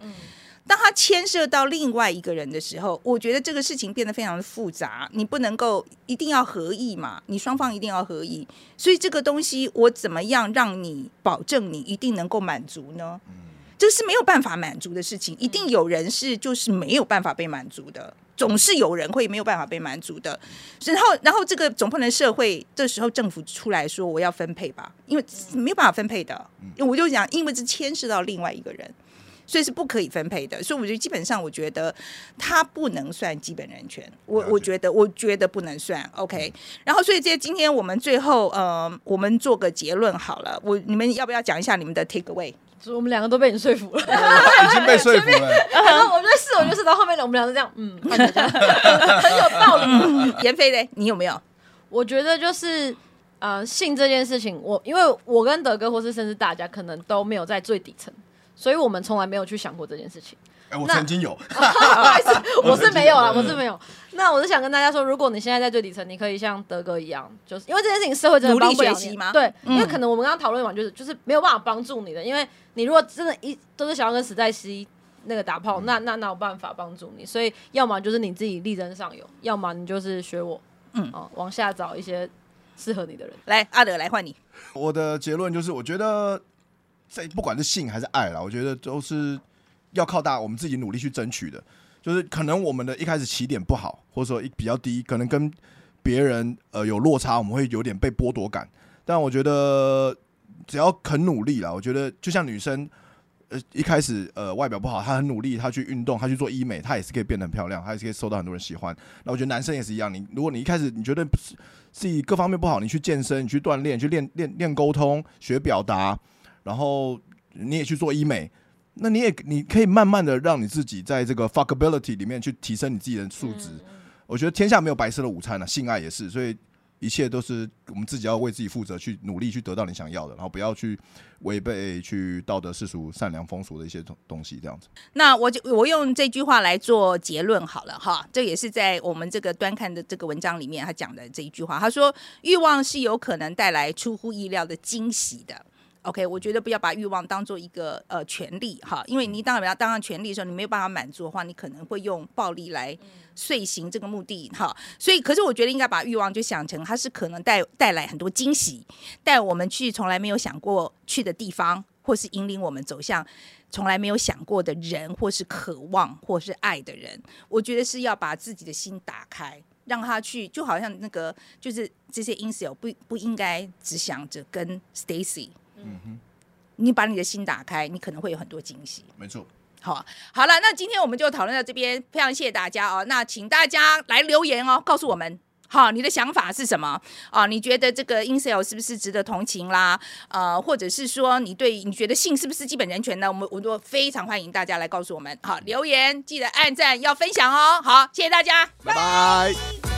[SPEAKER 1] 当它牵涉到另外一个人的时候，我觉得这个事情变得非常的复杂，你不能够一定要合意嘛，你双方一定要合意，所以这个东西我怎么样让你保证你一定能够满足呢？这是没有办法满足的事
[SPEAKER 2] 嗯
[SPEAKER 1] 情，一定有人是就是没有办法被满足的，总是有人会没有办法被满足的。然后，然后这个总不能社会这时候政府出来说我要分配吧，因为没有办法分配的，
[SPEAKER 2] 嗯
[SPEAKER 1] 因为我就讲，因为这牵涉到另外一个人。所以是不可以分配的。所以我觉得基本上，我觉得它不能算基本人权。我
[SPEAKER 2] 了解
[SPEAKER 1] 我觉得，我觉得不能算。OK。然后，所以这今天我们最后，呃，我们做个结论好了。我你们要不要讲一下你们的 take away？
[SPEAKER 3] 所以我们两个都被你说服 了，
[SPEAKER 2] 已经被说服了。
[SPEAKER 3] 然后我觉得是，我就是到后面我们两个这样，嗯，看起来这样 很有道理。
[SPEAKER 1] 严飞嘞，你有没有？
[SPEAKER 3] 我觉得就是呃，性这件事情，我因为我跟德哥，或是甚至大家，可能都没有在最底层，所以我们从来没有去想过这件事情。
[SPEAKER 2] 哎，我
[SPEAKER 3] 那
[SPEAKER 2] 曾经有，
[SPEAKER 3] 不好意思，我是没有啦，
[SPEAKER 1] 嗯
[SPEAKER 2] 我
[SPEAKER 3] 我
[SPEAKER 2] 是
[SPEAKER 3] 是没有。那我是想跟大家说，如果你现在在最底层，你可以像德哥一样，就是因为这件事情社会真的
[SPEAKER 1] 努力
[SPEAKER 3] 帮不了
[SPEAKER 1] 学习
[SPEAKER 3] 你
[SPEAKER 1] 吗嗯
[SPEAKER 3] 对，因为可能我们刚刚讨论完，就是就是没有办法帮助你的，因为你如果真的一都是想要跟史黛西。那个打炮，
[SPEAKER 1] 嗯
[SPEAKER 3] 那那那有办法帮助你，所以要么就是你自己力争上游，要么你就是学我，
[SPEAKER 1] 嗯
[SPEAKER 3] 哦，往下找一些适合你的人。
[SPEAKER 1] 来，阿德来换你。
[SPEAKER 2] 我的结论就是，我觉得在不管是性还是爱啦，我觉得都是要靠大我们自己努力去争取的。就是可能我们的一开始起点不好，或者说一比较低，可能跟别人呃有落差，我们会有点被剥夺感。但我觉得只要肯努力啦，我觉得就像女生。呃，一开始呃外表不好，她很努力，她去运动，她去做医美，她也是可以变得很漂亮，她也是可以受到很多人喜欢。那我觉得男生也是一样，你如果你一开始你觉得不是自己各方面不好，你去健身，你去锻炼，你去练练练沟通，学表达，然后你也去做医美，那你也你可以慢慢的让你自己在这个 fuckability 里面去提升你自己的素质。我觉得天下没有白吃的午餐啊，性爱也是，所以一切都是我们自己要为自己负责，去努力去得到你想要的，然后不要去违背去道德世俗、善良风俗的一些东东西，这样子。
[SPEAKER 1] 那我就我用这句话来做结论好了哈，这也是在我们这个端看的这个文章里面他讲的这一句话，他说欲望是有可能带来出乎意料的惊喜的。OK，我觉得不要把欲望当做一个呃权利哈，因为你当然要当上权利的时候，你没有办法满足的话，你可能会用暴力来遂行这个目的哈。所以，可是我觉得应该把欲望就想成它是可能带带来很多惊喜，带我们去从来没有想过去的地方，或是引领我们走向从来没有想过的人，或是渴望或是爱的人。我觉得是要把自己的心打开。让他去，就好像那个就是这些 i n s e l 不不应该只想着跟 Stacy，
[SPEAKER 2] 嗯哼，
[SPEAKER 1] 你把你的心打开，你可能会有很多惊喜。
[SPEAKER 2] 没错。
[SPEAKER 1] 好，好了，那今天我们就讨论到这边，非常谢谢大家哦。那请大家来留言哦，告诉我们。好，你的想法是什么啊？你觉得这个 incel 是不是值得同情啦？呃，或者是说你对你觉得性是不是基本人权呢？我们我们都非常欢迎大家来告诉我们。好，留言记得按赞要分享哦。好，谢谢大家。
[SPEAKER 2] 拜拜。